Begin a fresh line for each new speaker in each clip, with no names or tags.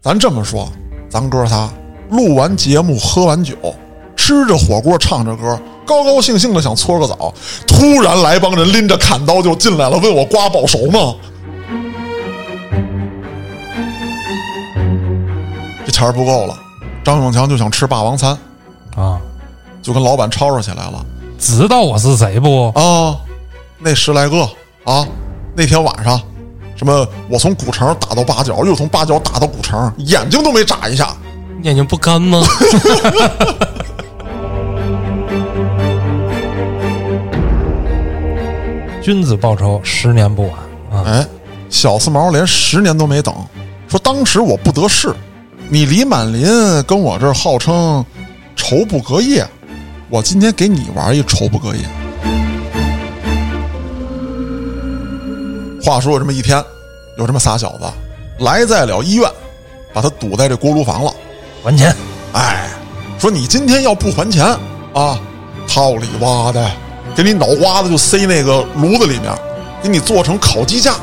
咱这么说，咱哥仨录完节目，喝完酒，吃着火锅，唱着歌，高高兴兴的想搓个澡，突然来帮人拎着砍刀就进来了，问我瓜保熟吗？这钱儿不够了，张永强就想吃霸王餐，
啊，
就跟老板吵吵起来了。
知道我是谁不？
啊，那十来个啊，那天晚上，什么我从古城打到八角，又从八角打到古城，眼睛都没眨一下。
眼睛不干吗？ 君子报仇，十年不晚啊！
哎，小四毛连十年都没等，说当时我不得势，你李满林跟我这儿号称仇不隔夜，我今天给你玩一仇不隔夜。话说有这么一天，有这么仨小子来在了医院，把他堵在这锅炉房了。
还钱！
哎，说你今天要不还钱啊，套里挖的，给你脑瓜子就塞那个炉子里面，给你做成烤鸡架。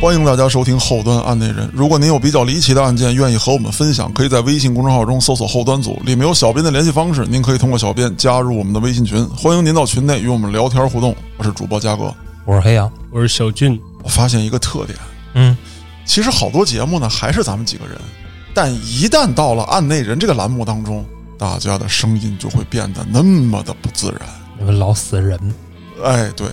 欢迎大家收听《后端案内人》。如果您有比较离奇的案件，愿意和我们分享，可以在微信公众号中搜索“后端组”，里面有小编的联系方式，您可以通过小编加入我们的微信群。欢迎您到群内与我们聊天互动。我是主播嘉哥。
我是黑羊，
我是小俊，
我发现一个特点，
嗯，
其实好多节目呢还是咱们几个人，但一旦到了“案内人”这个栏目当中，大家的声音就会变得那么的不自然。
你们老死人，
哎，对，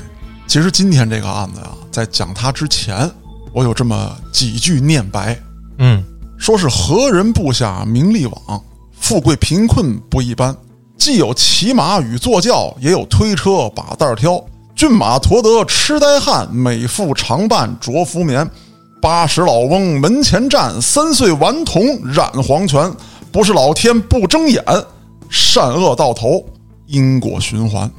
其实今天这个案子啊，在讲它之前，我有这么几句念白。
嗯，
说是何人部下名利网，富贵贫困不一般。既有骑马与坐轿，也有推车把担儿挑。骏马驮得痴呆汉，美妇常伴着服眠。八十老翁门前站，三岁顽童染黄泉。不是老天不睁眼，善恶到头，因果循环。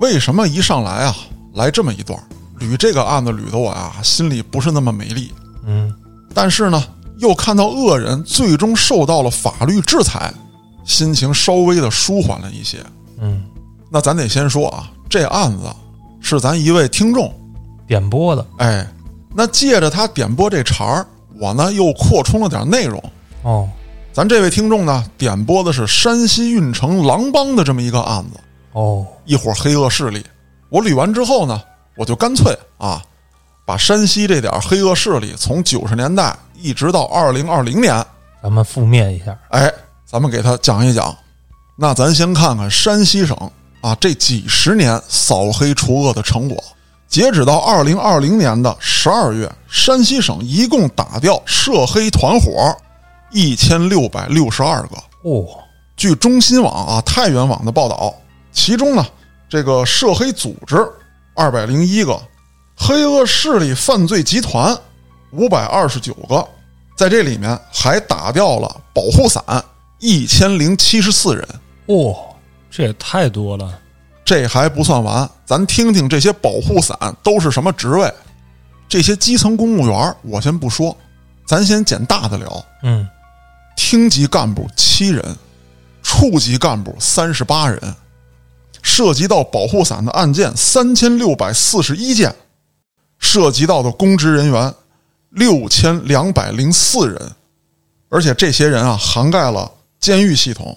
为什么一上来啊，来这么一段儿？捋这个案子捋得我啊，心里不是那么美丽。
嗯
但是呢，又看到恶人最终受到了法律制裁，心情稍微的舒缓了一些。
嗯，
那咱得先说啊，这案子是咱一位听众，
点播的
哎，那借着他点播这茬儿，我呢又扩充了点内容。
哦
咱这位听众呢，点播的是山西运城狼帮的这么一个案子，
哦，
一伙黑恶势力。我捋完之后呢，我就干脆啊，把山西这点黑恶势力从九十年代一直到二零二零年，
咱们覆灭一下，
哎，咱们给他讲一讲。那咱先看看山西省啊，这几十年扫黑除恶的成果。截止到二零二零年的十二月，山西省一共打掉涉黑团伙一千六百六十二个。
哦，
据中新网啊、太原网的报道，其中呢，这个涉黑组织二百零一个，黑恶势力犯罪集团五百二十九个，在这里面还打掉了保护伞一千零七十四人。
哦，
这也太多了。
这还不算完，咱听听这些保护伞都是什么职位？这些基层公务员，我先不说，咱先捡大的聊。
嗯，
厅级干部七人，处级干部三十八人，涉及到保护伞的案件三千六百四十一件，涉及到的公职人员六千两百零四人，而且这些人啊，涵盖了监狱系统、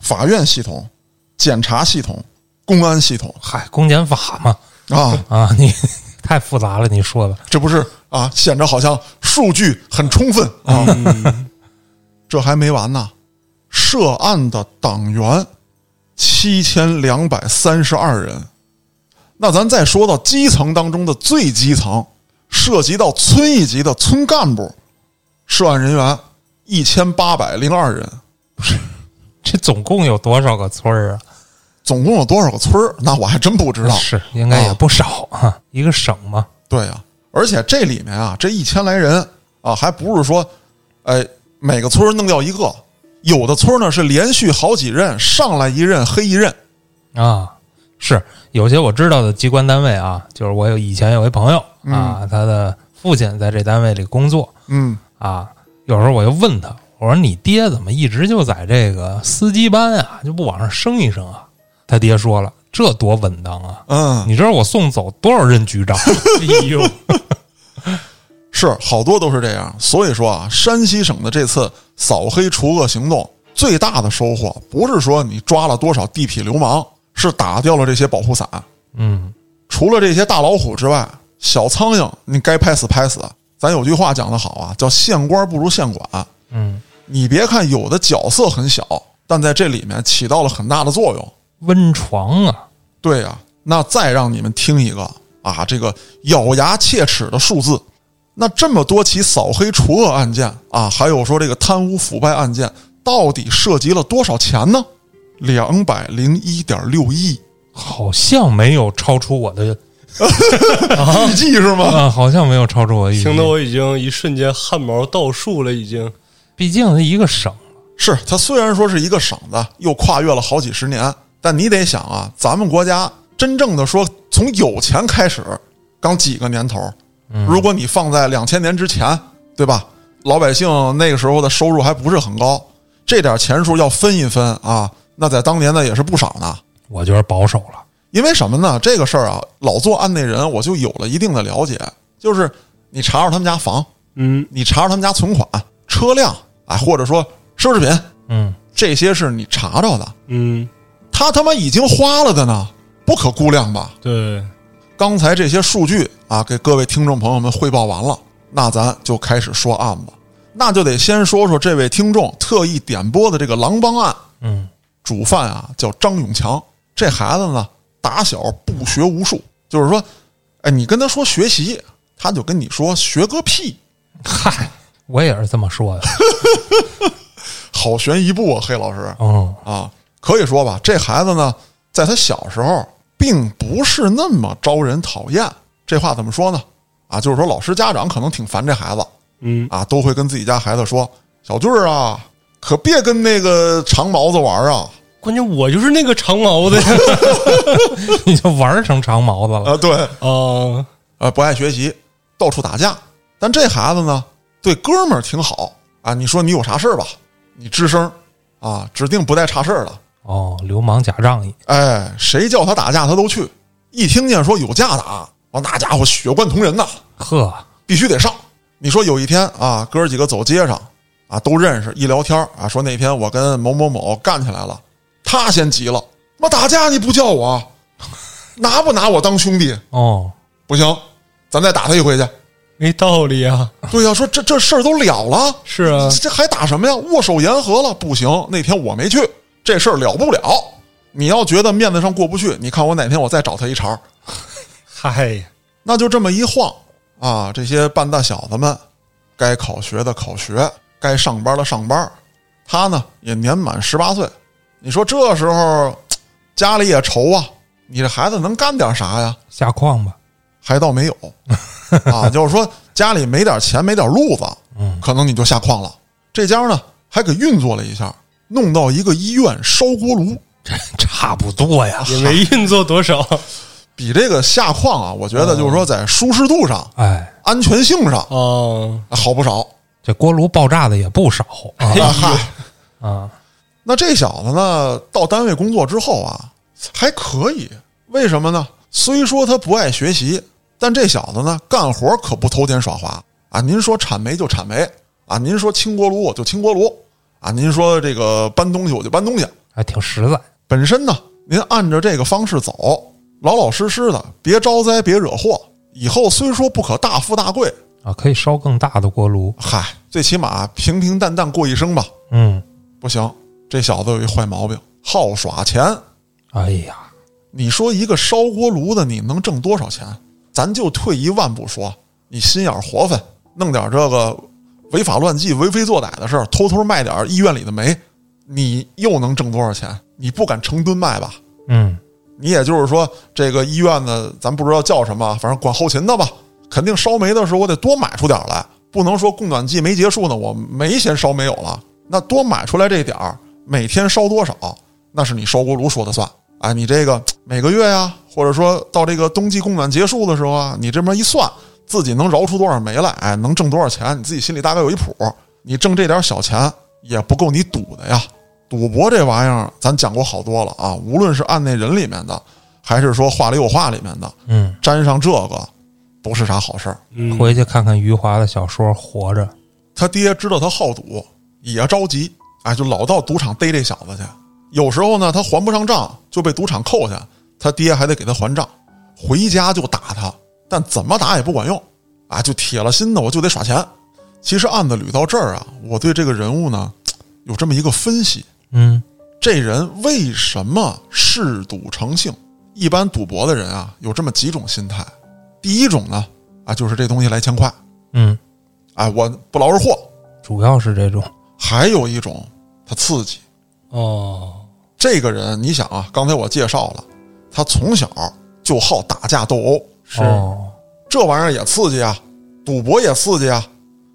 法院系统、检察系统、公安系统
嗨，公检法嘛，
啊，
啊，你 太复杂了，你说吧，
这不是啊，显着好像数据很充分啊。这还没完呢，涉案的党员七千两百三十二人。那咱再说到基层当中的最基层，涉及到村一级的村干部，涉案人员一千八百零二人。
这总共有多少个村儿啊？
总共有多少个村儿？那我还真不知道。
是应该也不少啊， 一个省嘛，
对啊，而且这里面啊，这一千来人啊，还不是说，哎，每个村儿弄掉一个，有的村儿呢是连续好几任，上来一任黑一任。
啊，是有些我知道的机关单位啊，就是嗯我有以前有一朋友啊，他的父亲在这单位里工作
嗯，
啊，有时候我就问他，我说你爹怎么一直就在这个司机班啊，就不往上升一升啊？他爹说了，这多稳当啊！
嗯，
你知道我送走多少任 局长？
哎呦，
是好多都是这样。所以说啊，山西省的这次扫黑除恶行动最大的收获，不是说你抓了多少地痞流氓，是打掉了这些保护伞。
嗯，
除了这些大老虎之外，小苍蝇你该拍死拍死。咱有句话讲得好啊，叫“县官不如县管”。
嗯，
你别看有的角色很小，但在这里面起到了很大的作用。
温床啊，
对呀、那再让你们听一个啊，这个咬牙切齿的数字。那这么多起扫黑除恶案件啊，还有说这个贪污腐败案件，到底涉及了多少钱呢？两百零一点六亿，
好像没有超出我的
预计是吗？
啊，好像没有超出我的预
听得
期。
我已经一瞬间汗毛倒竖了，已经。
毕竟一个省，
是它虽然说是一个省的，又跨越了好几十年，但你得想啊，咱们国家真正的说从有钱开始，刚几个年头，如果你放在两千年之前，对吧？老百姓那个时候的收入还不是很高，这点钱数要分一分啊，那在当年呢也是不少呢。
我觉得保守了。
因为什么呢？这个事儿啊，老做案内人，我就有了一定的了解，就是你查查他们家房，
嗯，
你查查他们家存款、车辆啊，或者说奢侈品，
嗯，
这些是你查着的。
嗯，
他他妈已经花了的呢，不可估量吧？
对，
刚才这些数据啊，给各位听众朋友们汇报完了，那咱就开始说案子，那就得先说说这位听众特意点播的这个狼帮案，
嗯，
主犯啊叫张永强，这孩子呢打小不学无术，就是说，哎，你跟他说学习，他就跟你说学个屁，
嗨，我也是这么说的。
好悬疑部啊，黑老师
嗯，
啊，可以说吧，这孩子呢，在他小时候并不是那么招人讨厌。这话怎么说呢？啊，就是说老师、家长可能挺烦这孩子
嗯，
啊，都会跟自己家孩子说：“小俊儿啊，可别跟那个长毛子玩啊
关键我就是那个长毛的呀。
你就玩儿成长毛子！”了。
啊，对，
啊，
呃，不爱学习，到处打架。但这孩子呢，对哥们儿挺好啊。你说你有啥事儿吧，你吱声啊，指定不带差事儿的。
哦，流氓假仗义。
哎，谁叫他打架他都去。一听见说有架打，啊，那家伙血贯同人呐，
呵，
必须得上。你说有一天啊，哥儿几个走街上啊，都认识，一聊天啊，说那天我跟某某某干起来了，他先急了，妈打架你不叫我，啊 拿不拿我当兄弟？
哦，
不行，咱再打他一回去。
没道理啊。
对呀、说这这事儿都了了，
是啊
这这还打什么呀？握手言和了，不行，那天我没去，这事儿了不了。你要觉得面子上过不去，你看我哪天我再找他一茬儿。
嗨，
那就这么一晃啊，这些半大小子们，该考学的考学，该上班的上班。他呢也年满十八岁，你说这时候家里也愁啊，你这孩子能干点啥呀？
下矿吧。
还倒没有啊，就是说家里没点钱，没点路子，
嗯，
可能你就下矿了。这家呢还给运作了一下，弄到一个医院烧锅炉，
差不多呀。
也没运作多 少。啊
比这个下矿啊，我觉得就是说在舒适度上、
哎，
安全性上
啊，
好不少。
这锅炉爆炸的也不少 啊
啊嗨，
啊！
那这小子呢，到单位工作之后啊，还可以。为什么呢？虽说他不爱学习，但这小子呢，干活可不偷奸耍滑啊！您说铲煤就铲煤啊，您说清锅炉我就清锅炉啊，您说这个搬东西我就搬东西。
还挺实在。
本身呢，您按着这个方式走，老老实实的，别招灾，别惹祸。以后虽说不可大富大贵，
啊，可以烧更大的锅炉。
嗨，最起码平平淡淡过一生吧。
嗯，
不行，这小子有一坏毛病，好耍钱。
哎呀，
你说一个烧锅炉的，你能挣多少钱？咱就退一万步说，你心眼儿活泛，弄点这个违法乱纪、为非作歹的事儿，偷偷卖点医院里的煤，你又能挣多少钱？你不敢成吨卖吧？
嗯，
你也就是说，这个医院呢，咱不知道叫什么，反正管后勤的吧，肯定烧煤的时候我得多买出点儿来，不能说供暖季没结束呢，我煤先烧没有了，那多买出来这点儿，每天烧多少，那是你烧锅炉说的算。哎，你这个嘖每个月呀、或者说到这个冬季供暖结束的时候啊，你这么一算，自己能饶出多少煤来，哎，能挣多少钱，你自己心里大概有一谱。你挣这点小钱也不够你赌的呀。赌博这玩意儿，咱讲过好多了啊，无论是按那人里面的，还是说话里有话里面的，
嗯，
沾上这个不是啥好事儿。
嗯
回去看看余华的小说《活着》，
他爹知道他好赌，也着急，哎，就老到赌场逮这小子去。有时候呢，他还不上账，就被赌场扣下，他爹还得给他还账。回家就打他，但怎么打也不管用，啊，就铁了心的我就得耍钱。其实案子捋到这儿啊，我对这个人物呢有这么一个分析：
嗯
这人为什么嗜赌成性？一般赌博的人啊，有这么几种心态。第一种呢，啊，就是这东西来钱快，
嗯，
哎，我不劳而获，
主要是这种，
还有一种，他刺激。
哦，
这个人，你想啊，刚才我介绍了，他从小就好打架斗殴，
是
哦
这玩意儿也刺激啊，赌博也刺激啊。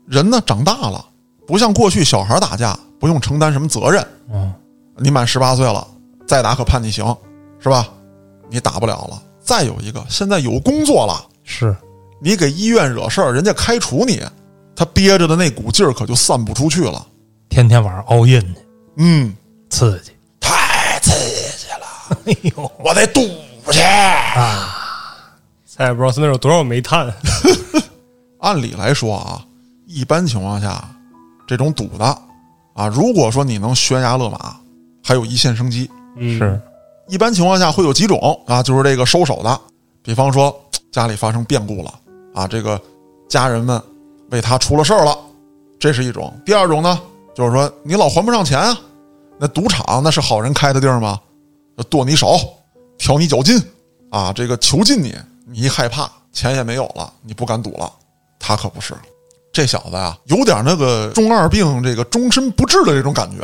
人呢，长大了，不像过去小孩打架不用承担什么责任，
嗯，
你满十八岁了，再打可判你刑，是吧？你打不了了。再有一个，现在有工作了，
是
你给医院惹事儿，人家开除你，他憋着的那股劲儿可就散不出去了。
天天晚上熬夜去，
嗯，
刺激。
太刺激了，
哎呦，
我得赌去。
再也不知道那有多少煤炭。
按理来说啊，一般情况下，这种赌的啊，如果说你能悬崖勒马，还有一线生机，
嗯，
是
一般情况下会有几种啊，就是这个收手的，比方说家里发生变故了啊，这个家人们为他出了事儿了，这是一种；第二种呢，就是说你老还不上钱啊，那赌场那是好人开的地儿吗？就剁你手，挑你脚筋啊，这个囚禁你，你一害怕，钱也没有了，你不敢赌了。他可不是，这小子啊，有点那个中二病，这个终身不治的这种感觉。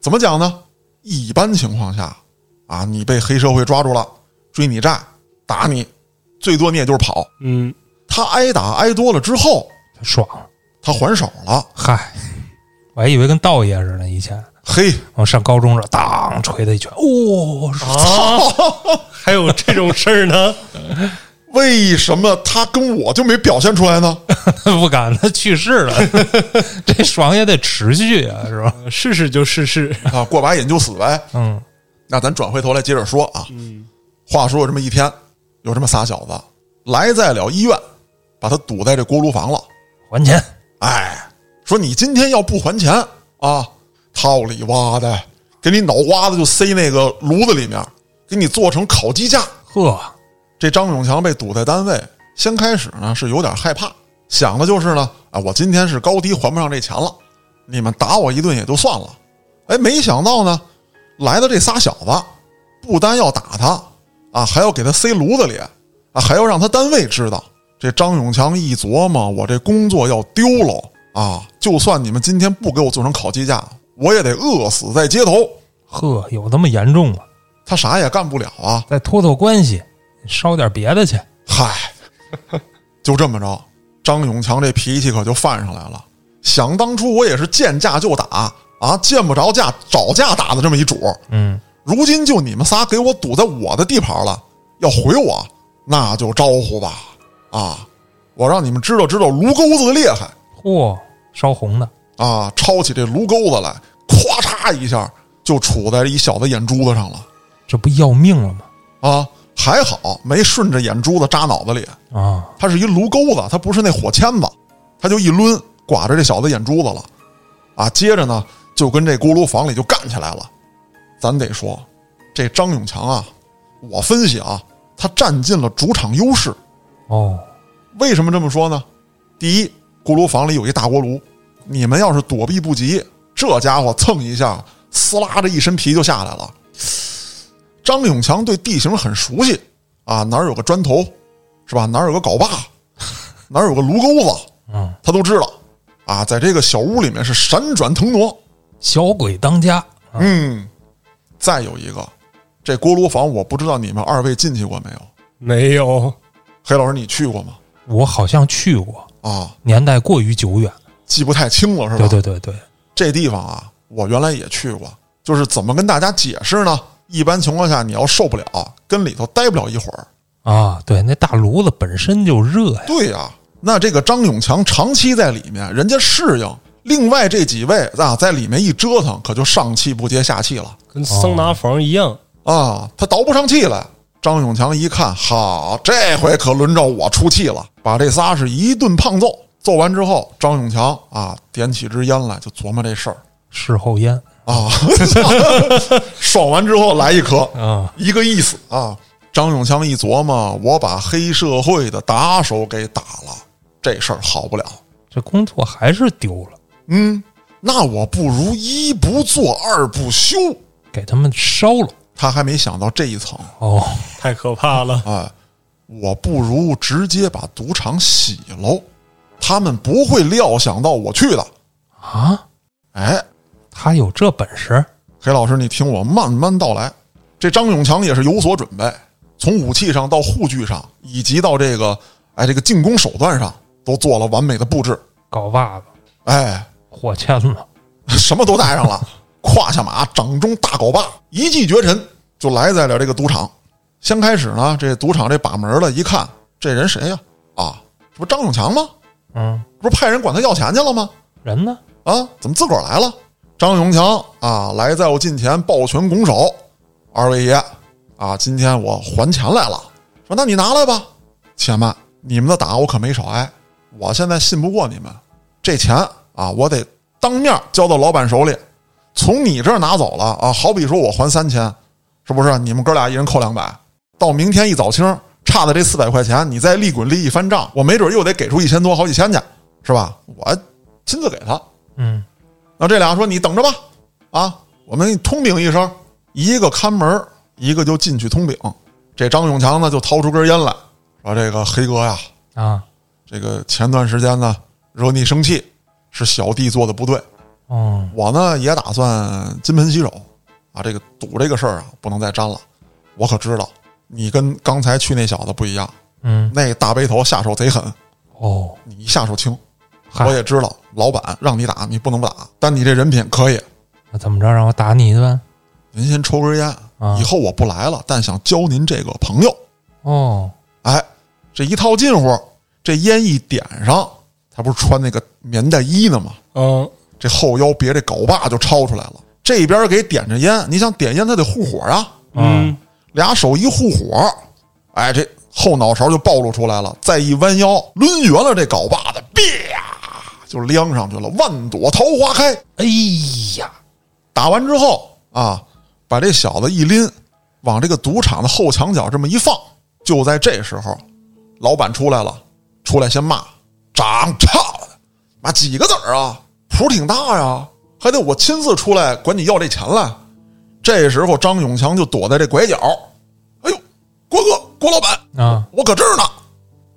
怎么讲呢？一般情况下，啊，你被黑社会抓住了，追你债，打你，最多你也就是跑。
嗯，
他挨打挨多了之后，
嗯爽了。
他还手了，
嗨，我还以为跟道爷似的，以前
嘿，
我上高中时候，当捶他一拳，哦，
啊，还有这种事儿呢？
为什么他跟我就没表现出来呢？
不敢，他去世了， 这爽也得持续啊，是吧？
试试就试试。
啊，过把瘾就死呗。
嗯，
那咱转回头来接着说啊。
嗯，
话说有这么一天，有这么仨小子来在了医院，把他堵在这锅炉房了。
还钱，
哎，说你今天要不还钱啊，套里挖的，给你脑瓜子就塞那个炉子里面，给你做成烤鸡架。
呵，
这张永强被堵在单位，先开始呢是有点害怕，想的就是呢，啊，我今天是高低还不上这钱了，你们打我一顿也就算了。哎，没想到呢，来的这仨小子，不单要打他，啊，还要给他塞炉子里，啊，还要让他单位知道。这张永强一琢磨，我这工作要丢了啊！就算你们今天不给我做成烤鸡架，我也得饿死在街头。
呵，有那么严重吗？
他啥也干不了啊，
再拖拖关系，烧点别的去。
嗨，就这么着，张永强这脾气可就犯上来了。想当初我也是见架就打啊，见不着架找架打的这么一主。
嗯，
如今就你们仨给我堵在我的地盘了，要回我那就招呼吧啊！我让你们知道知道炉钩子的厉害
嚯，烧红的，
啊！抄起这炉钩子来，咵嚓一下就杵在一小子眼珠子上了
这不要命了吗？
啊！还好没顺着眼珠子扎脑子里，
啊，
它是一炉钩子，它不是那火钎子，它就一抡刮着这小子眼珠子了，啊，接着呢就跟这锅炉房里就干起来了。咱得说，这张永强啊，我分析啊，他占尽了主场优势。
哦，
为什么这么说呢？第一，锅炉房里有一大锅炉，你们要是躲避不及，这家伙蹭一下，撕拉着一身皮就下来了。张永强对地形很熟悉啊，哪儿有个砖头，是吧？哪儿有个镐把，哪儿有个炉钩子，
嗯，
他都知道啊。在这个小屋里面是闪转腾挪，
小鬼当家，啊
嗯。再有一个，这锅炉房我不知道你们二位进去过没有？
没有，
黑老师，你去过吗？
我好像去过，
啊，
年代过于久远。
记不太清了，是吧？
对对对对，
这地方啊，我原来也去过，就是怎么跟大家解释呢？一般情况下，你要受不了，跟里头待不了一会儿。
啊，对，那大炉子本身就热呀。
对呀、那这个张永强长期在里面，人家适应。另外这几位啊，在里面一折腾，可就上气不接下气了
跟桑拿房一样，
啊，他倒不上气来。张永强一看，好，这回可轮着我出气了，把这仨是一顿胖揍。揍完之后，张永强啊，点起支烟来，就琢磨这事儿
事后烟
啊， 爽完之后来一颗，
啊，
一个意思啊。张永强一琢磨，我把黑社会的打手给打了，这事儿好不了。
这工作还是丢了，
嗯，那我不如一不做二不休。
给他们烧了
他还没想到这一层
哦，
太可怕了。
啊、我不如直接把赌场洗喽，他们不会料想到我去的。
啊，
哎，
他有这本事，
黑老师，你听我慢慢道来。这张永强也是有所准备，从武器上到护具上，以及到这个哎这个进攻手段上，都做了完美的布置。
搞袜子、
哎，
火签子，
什么都带上了，胯下马，掌中大镐把，一骑绝尘，就来在了这个赌场。先开始呢，这赌场这把门的一看，这人谁呀、啊？这不张永强吗？
嗯，
不是派人管他要钱去了吗？
人呢？
啊，怎么自个儿来了？张永强啊，来在我近前，抱拳拱手，二位爷啊，今天我还钱来了。说那你拿来吧，且慢，你们的打我可没少挨，我现在信不过你们，这钱啊，我得当面交到老板手里，从你这儿拿走了啊，好比说我还三千，是不是？你们哥俩一人扣两百，到明天一早清，差的这四百块钱，你再利滚利一翻账，我没准又得给出一千多好几千去，是吧？我亲自给他。
嗯，
那这俩说：“你等着吧，啊，我们通禀一声。”一个看门儿，一个就进去通禀。这张永强呢，就掏出根烟来，说：“这个黑哥呀，
啊，
这个前段时间呢惹你生气，是小弟做的不对。
哦，
我呢也打算金盆洗手，啊，这个赌这个事儿啊不能再沾了。我可知道你跟刚才去那小子不一样，
嗯，
那大背头下手贼狠，
哦，
你下手轻。
嗨
我也知道老板让你打，你不能不打，但你这人品可以，
那怎么着？让我打你一顿？
您先抽根烟，
啊
以后我不来了，但想交您这个朋友。
哦，
哎，这一套近乎，这烟一点上，他不是穿那个棉带衣呢吗？
嗯，
这后腰别这镐把就抄出来了。这边给点着烟，你想点烟，他得护火啊，
嗯，
俩手一护火，哎，这后脑勺就暴露出来了。再一弯腰，抡圆了这镐把子，啪就亮上去了。万朵桃花开，
哎呀，
打完之后啊，把这小子一拎，往这个赌场的后墙角这么一放。就在这时候，老板出来了，出来先骂：“长操的，妈几个子儿啊，谱挺大呀，还得我亲自出来管你要这钱来。”这时候，张永强就躲在这拐角，哎呦，郭哥，郭老板，
啊，
我搁这儿呢，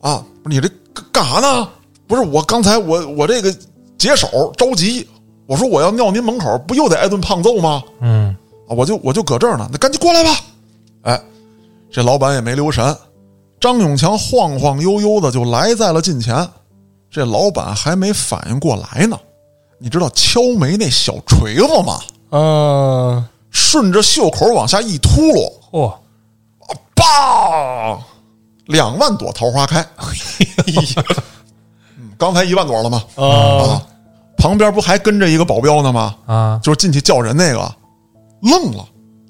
啊，不是你这干啥呢？不是我刚才我我这个解手着急，我说我要尿您门口，不又得挨顿胖揍吗？
嗯，
啊，我就我就搁这儿呢，那赶紧过来吧。哎，这老板也没留神，张永强晃晃悠悠的就来在了近前，这老板还没反应过来呢。你知道敲眉那小锤子吗？
啊，
顺着袖口往下一秃噜，
嚯，
棒，两万朵桃花开。 嗯刚才一万朵了吗？
啊，
啊，旁边不还跟着一个保镖呢吗？
啊，
就是进去叫人那个，愣了，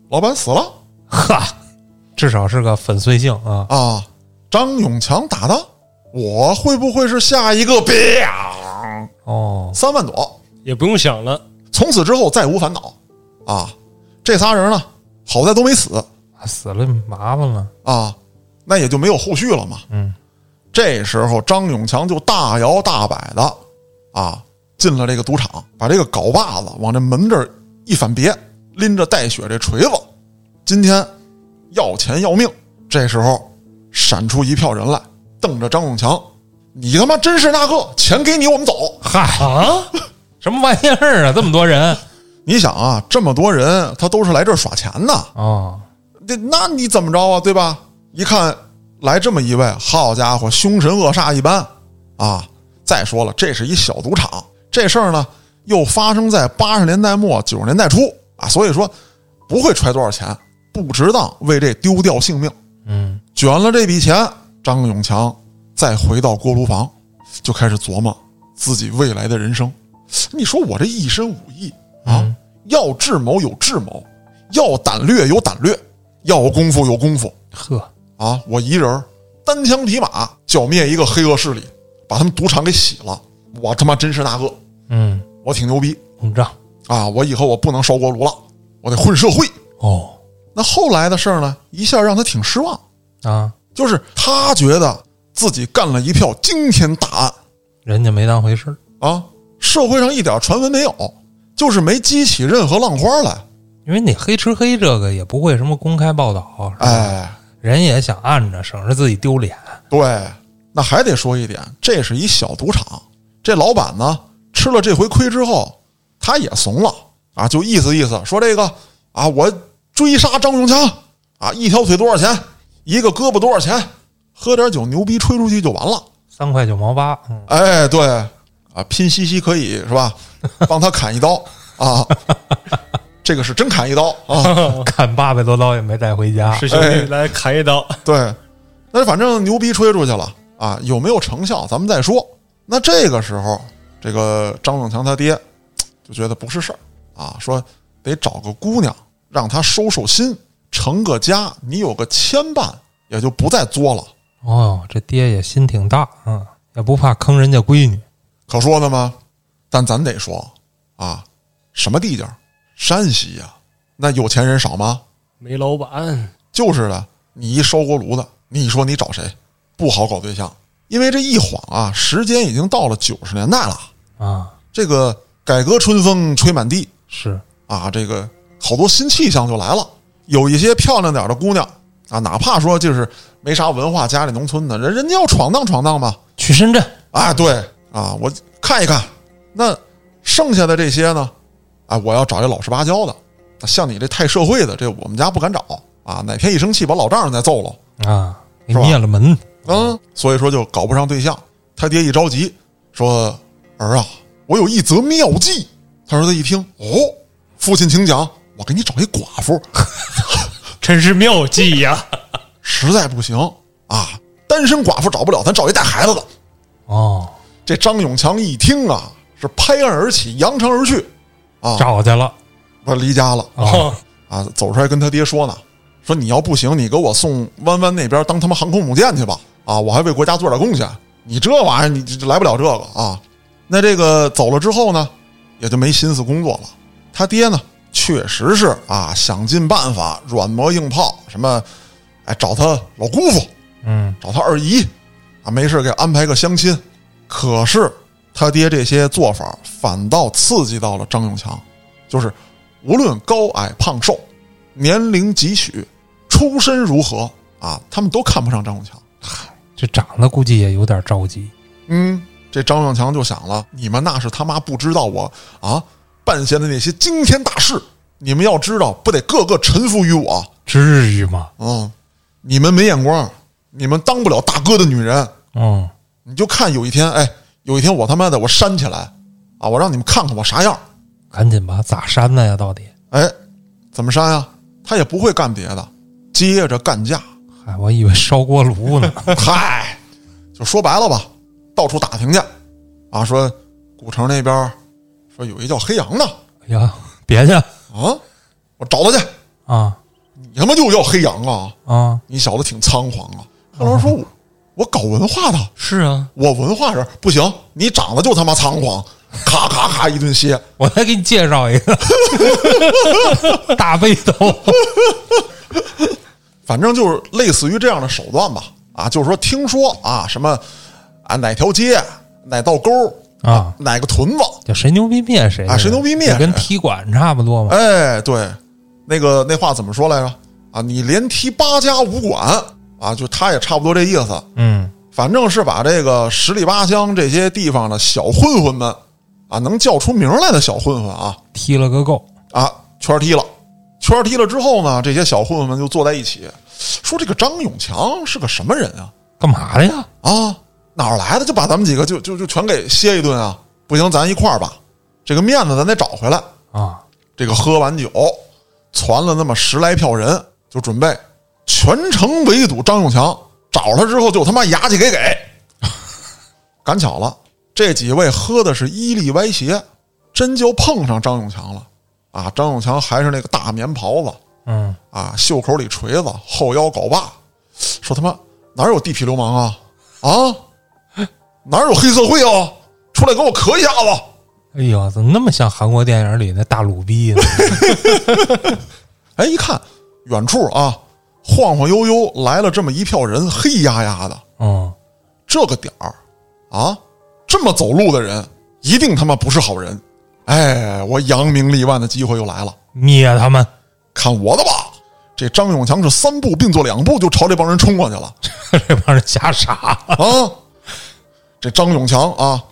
老板死了
哈，至少是个粉碎性啊，
啊！张永强打的，我会不会是下一个？啪，
哦，
三万朵，
也不用想了，
从此之后再无烦恼啊！这仨人呢，好在都没死，
啊死了麻烦了，
啊，那也就没有后续了嘛。
嗯，
这时候张永强就大摇大摆的啊进了这个赌场，把这个镐把子往这门这儿一反别，拎着带血这锤子，今天要钱要命。这时候闪出一票人来，瞪着张永强：“你他妈真是那个，钱给你，我们走。”
嗨，
啊，
什么玩意儿啊？这么多人
你想啊，这么多人，他都是来这儿耍钱的。
哦，
那那你怎么着啊？对吧？一看来这么一位，好家伙，凶神恶煞一般啊！再说了，这是一小赌场，这事儿呢又发生在八十年代末九十年代初啊，所以说不会揣多少钱，不值当为这丢掉性命。
嗯，
卷了这笔钱，张永强再回到锅炉房，就开始琢磨自己未来的人生。你说我这一身武艺啊，要智谋有智谋，要胆略有胆略，要功夫有功夫
呵，
啊！我一人儿单枪匹马剿灭一个黑恶势力，把他们赌场给洗了，我他妈真是大鳄，
嗯，
我挺牛逼
膨胀
啊！我以后我不能烧锅炉了，我得混社会。
哦
那后来的事儿呢，一下让他挺失望，
啊，
就是他觉得自己干了一票惊天大案，
人家没当回事儿，
啊，社会上一点传闻没有，就是没激起任何浪花来。
因为你黑吃黑这个也不会什么公开报道，是吧，
哎，
人也想按着，省着自己丢脸。
对，那还得说一点，这是一小赌场，这老板呢吃了这回亏之后，他也怂了啊，就意思意思，说这个啊，我追杀张永强啊，一条腿多少钱，一个胳膊多少钱，喝点酒牛逼吹出去就完了。
三块九毛八，嗯，
哎，对啊，拼夕夕可以是吧？帮他砍一刀啊，这个是真砍一刀啊。
砍八百多刀也没带回家。
师兄
哎
弟来砍一刀，
对，那反正牛逼吹出去了啊，有没有成效咱们再说。那这个时候，这个张永强他爹嘖就觉得不是事儿啊，说得找个姑娘让她收收心，成个家，你有个牵绊，也就不再作了。
哦，这爹也心挺大，嗯，也不怕坑人家闺女。
可说呢吗？但咱得说啊，什么地界儿？山西呀、那有钱人少吗？
煤老板，
就是的，你一烧锅炉的，你说你找谁？不好搞对象，因为这一晃啊，时间已经到了九十年代了。
啊，
这个改革春风吹满地
是
啊，这个好多新气象就来了。有一些漂亮点儿的姑娘啊，哪怕说就是没啥文化，家里农村的人，人家要闯荡闯荡嘛。
去深圳，
啊，对啊，我看一看。那剩下的这些呢？啊，我要找一老实巴交的。那像你这太社会的，这我们家不敢找啊。哪天一生气把老丈人再揍了，
啊，给
是吧
灭了门。
嗯，所以说就搞不上对象。他爹一着急，说：“儿啊，我有一则妙计。”他儿子一听，哦，父亲请讲，我给你找一寡妇，
真是妙计呀！
实在不行啊，单身寡妇找不了，咱找一带孩子的。
哦，
这张永强一听啊，是拍案而起，扬长而去，啊
找去了。
他离家了
哦，
啊，走出来跟他爹说呢，说你要不行，你给我送弯弯那边当他妈航空母舰去吧，啊，我还为国家做点贡献。你这玩意儿，你这来不了这个啊。那这个走了之后呢，也就没心思工作了。他爹呢，确实是啊，想尽办法软磨硬泡，什么，哎，找他老姑父，
嗯，
找他二姨，啊，没事给安排个相亲。可是他爹这些做法反倒刺激到了张永强，就是无论高矮胖瘦、年龄几许、出身如何啊，他们都看不上张永强。
这长得估计也有点着急。
嗯，这张永强就想了，你们那是他妈不知道我啊办下的那些惊天大事，你们要知道，不得个个臣服于我啊、
至于吗？
嗯你们没眼光，你们当不了大哥的女人。
嗯，
你就看有一天，哎，有一天我他妈的我扇起来，啊，我让你们看看我啥样。
赶紧吧，咋删的呀？到底？
哎，怎么扇啊？他也不会干别的，接着干架。
嗨，我以为烧锅炉呢。
嗨，就说白了吧，到处打听去，啊，说古城那边说有一叫黑羊的
哎呀，别去
啊，我找他去。
啊
你他妈就叫黑羊啊！
啊！
你小子挺猖狂啊！后来说我我搞文化的，
是啊，
我文化人不行，你长得就他妈猖狂，咔咔咔一顿歇。
我再给你介绍一个大背头。
反正就是类似于这样的手段吧。啊，就是说，听说啊，什么啊，哪条街、哪道沟
啊
哪个屯子，
就谁牛逼灭谁
啊谁牛逼灭
就跟
谁
踢馆差不多嘛。
哎，对，那个那话怎么说来着？啊，你连踢八家五馆啊，就他也差不多这意思。
嗯，
反正是把这个十里八乡这些地方的小混混们啊，能叫出名来的小混混啊
踢了个够。
啊，圈踢了。圈踢了之后呢，这些小混混们就坐在一起，说这个张永强是个什么人啊？
干嘛的呀？
啊，哪儿来的就把咱们几个就就就全给歇一顿啊！不行，咱一块儿吧，这个面子咱得找回来。
啊，
这个喝完酒，攒了那么十来票人，就准备全程围堵张永强。找他之后就他妈牙祭给给，赶巧了，这几位喝的是伊利歪斜，真就碰上张永强了。啊，张永强还是那个大棉袍子
嗯，
啊，袖口里锤子，后腰镐把，说他妈哪有地痞流氓啊啊，哪有黑社会啊？出来给我磕一下子！
哎呦，怎么那么像韩国电影里那大鲁逼呢？
哎，一看远处啊，晃晃悠悠来了这么一票人，黑压压的。
嗯，
这个点儿啊，这么走路的人一定他妈不是好人。哎，我扬名立万的机会又来了，
灭他们！
看我的吧！这张永强是三步并作两步就朝这帮人冲过去了
这帮人瞎傻。
啊！这张永强啊，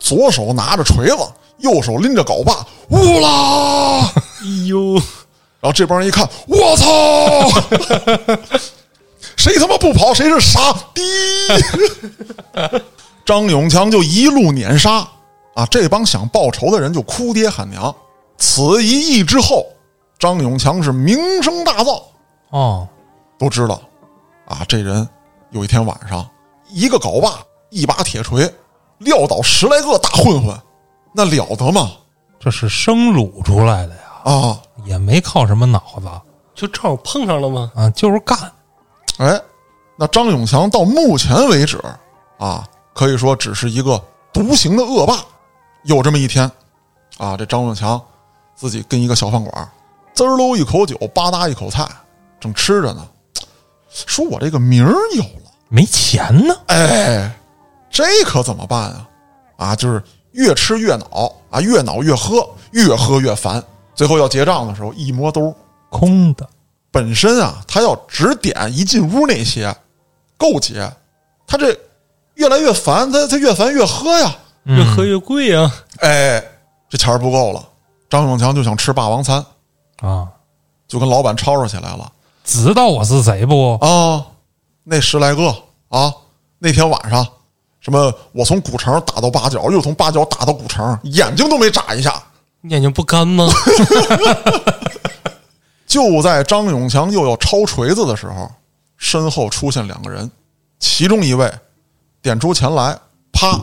左手拿着锤子，右手拎着镐把，呜啦！
哎呦，
然后这帮人一看，我操， 谁他妈不跑，谁是傻逼！ 张永强就一路碾杀啊！这帮想报仇的人就哭爹喊娘。此一役之后，张永强是名声大噪，
哦，
都知道啊。这人有一天晚上，一个镐把，一把铁锤，撂倒十来个大混混，那了得吗？
这是生卤出来的呀，
啊，
也没靠什么脑子
就正好碰上了吗？
啊，就是干。
哎，那张永强到目前为止啊，可以说只是一个独行的恶霸。有这么一天，啊，这张永强自己跟一个小饭馆儿，滋儿喽一口酒，吧嗒一口菜，正吃着呢，说我这个名儿有了，
没钱呢，
哎，这可怎么办啊？啊，就是越吃越恼啊，越恼越喝，越喝越烦，最后要结账的时候一摸兜儿，
空的。
本身啊，他要只点一进屋那些够结，他这越来越烦，他他越烦越喝呀，
嗯
越喝越贵呀、啊！
哎，这钱儿不够了，张永强就想吃霸王餐，
啊，
就跟老板吵吵起来了
知道我是谁不？
啊，那十来个啊，那天晚上什么我从古城打到八角，又从八角打到古城，眼睛都没眨一下。
你眼睛不 干吗？
就在张永强又要抄锤子的时候，身后出现两个人，其中一位点出前来，啪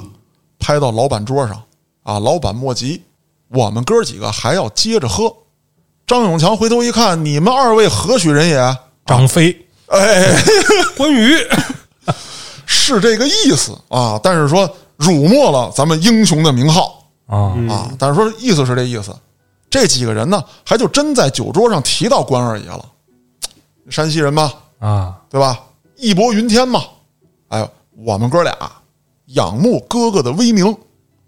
拍到老板桌上，啊，老板莫急，我们哥几个还要接着喝。张永强回头一看，你们二位何许人也？
张飞
关羽，
是这个意思啊，但是说辱没了咱们英雄的名号
啊，
啊，但是说意思是这意思。这几个人呢，还就真在酒桌上提到关二爷了，山西人吧，
啊，
对吧？义薄云天嘛。哎，我们哥俩仰慕哥哥的威名，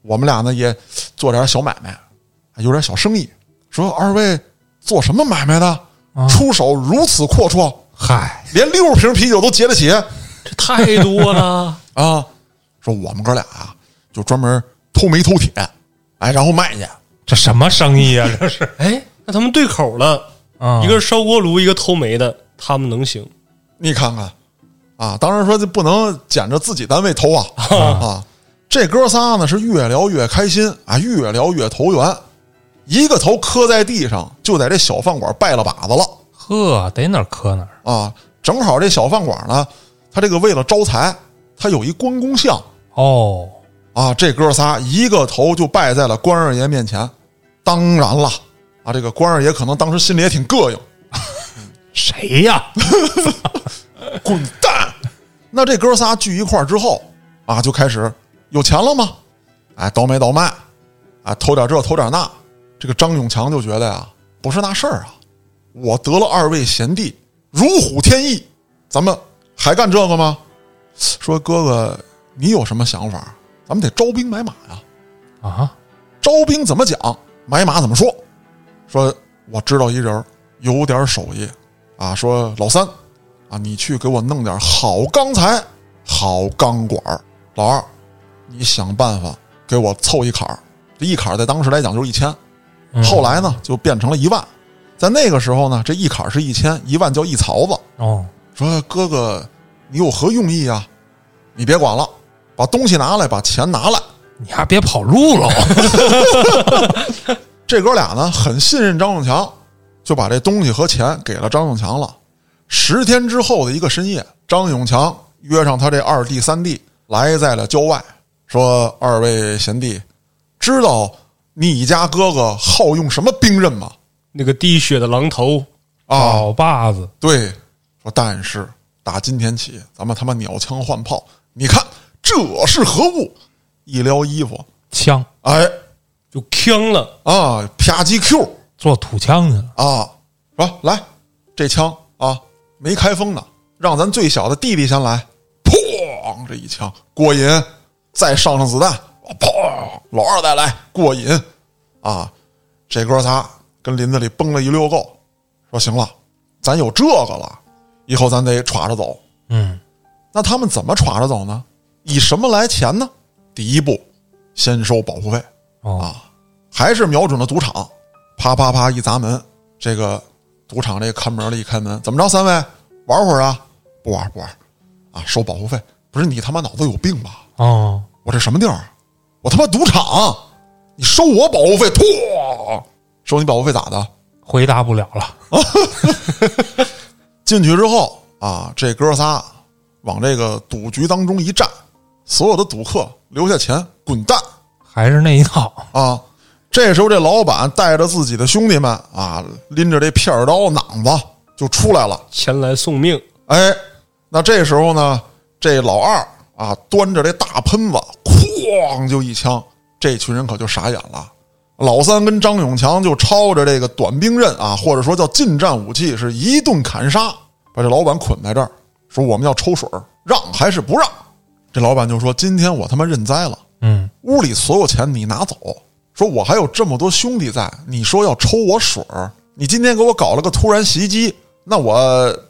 我们俩呢也做点小买卖，有点小生意。说二位做什么买卖的？出手如此阔绰，
嗨，
连六瓶啤酒都结得起
这太多了。
啊！说我们哥俩啊，就专门偷煤偷铁，哎，然后卖去。
这什么生意啊？这是
哎，那他们对口了，
啊，
一个是烧锅炉，一个偷煤的，他们能行？
你看看，啊，当然说这不能捡着自己单位偷啊啊！这哥仨呢是越聊越开心啊，越聊越投缘，一个头磕在地上，就在这小饭馆拜了把子了
呵，逮哪儿磕哪儿。
啊！正好这小饭馆呢，他这个为了招财，他有一关公像
哦，
啊，这哥仨一个头就拜在了关二爷面前。当然了，啊，这个关二爷可能当时心里也挺膈应，
谁呀？
滚蛋！那这哥仨聚一块儿之后啊，就开始有钱了吗？哎，倒买倒卖，啊，偷点这偷点那。这个张永强就觉得呀、不是那事儿啊，我得了二位贤弟，如虎添翼，咱们还干这个吗？说哥哥，你有什么想法？咱们得招兵买马呀、
啊，
招兵怎么讲，买马怎么说。说我知道一人儿有点手艺，啊，说老三，啊，你去给我弄点好钢材、好钢管儿。老二，你想办法给我凑一坎儿，这一坎儿在当时来讲就是一千，
嗯
后来呢就变成了一万，在那个时候呢，这一坎儿是一千，一万叫一槽子。
哦，
说哥哥，你有何用意啊？你别管了，把东西拿来，把钱拿来。
你还别跑 路喽。
这哥俩呢很信任张永强，就把这东西和钱给了张永强了。十天之后的一个深夜，张永强约上他这二弟三弟来在了郊外，说：“二位贤弟，知道你家哥哥好用什么兵刃吗？”
那个滴血的狼头，
啊，
老把子，
对，说但是打今天起，咱们他妈鸟枪换炮，你看这是何物？一撩衣服，
枪
哎
就呛了，
啊，啪叽 Q
做土枪去了，
啊，说来这枪啊没开封呢，让咱最小的弟弟先来，砰这一枪过瘾，再上上子弹，砰老二再来过瘾啊，这哥仨跟林子里崩了一溜够，说行了，咱有这个了，以后咱得歘着走。
嗯，
那他们怎么耍着走呢？以什么来钱呢？第一步，先收保护费，
哦，
啊还是瞄准了赌场，啪啪啪一砸门，这个赌场这个看门的一开门，怎么着，三位玩会儿啊？不玩不玩，啊，收保护费，不是你他妈脑子有病吧？
哦，
我这什么地儿啊？我他妈赌场，你收我保护费，噗，收你保护费咋的？
回答不了了，
进去之后啊，这哥仨往这个赌局当中一站，所有的赌客留下钱滚蛋
还是那一套，
啊！这时候，这老板带着自己的兄弟们啊，拎着这片儿刀、攮子就出来了。
前来送命，
哎，那这时候呢，这老二啊，端着这大喷子，哐就一枪，这群人可就傻眼了。老三跟张永强就抄着这个短兵刃啊，或者说叫近战武器，是一顿砍杀，把这老板捆在这儿，说我们要抽水儿，让还是不让？这老板就说：“今天我他妈认栽了，
嗯，
屋里所有钱你拿走，说我还有这么多兄弟在，你说要抽我水儿，你今天给我搞了个突然袭击，那我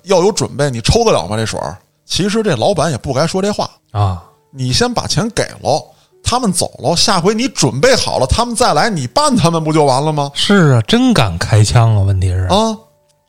要有准备，你抽得了吗？这水儿？其实这老板也不该说这话，
啊，
你先把钱给了，他们走了，下回你准备好了，他们再来，你办他们不就完了吗？
是啊，真敢开枪啊，问题是，
啊，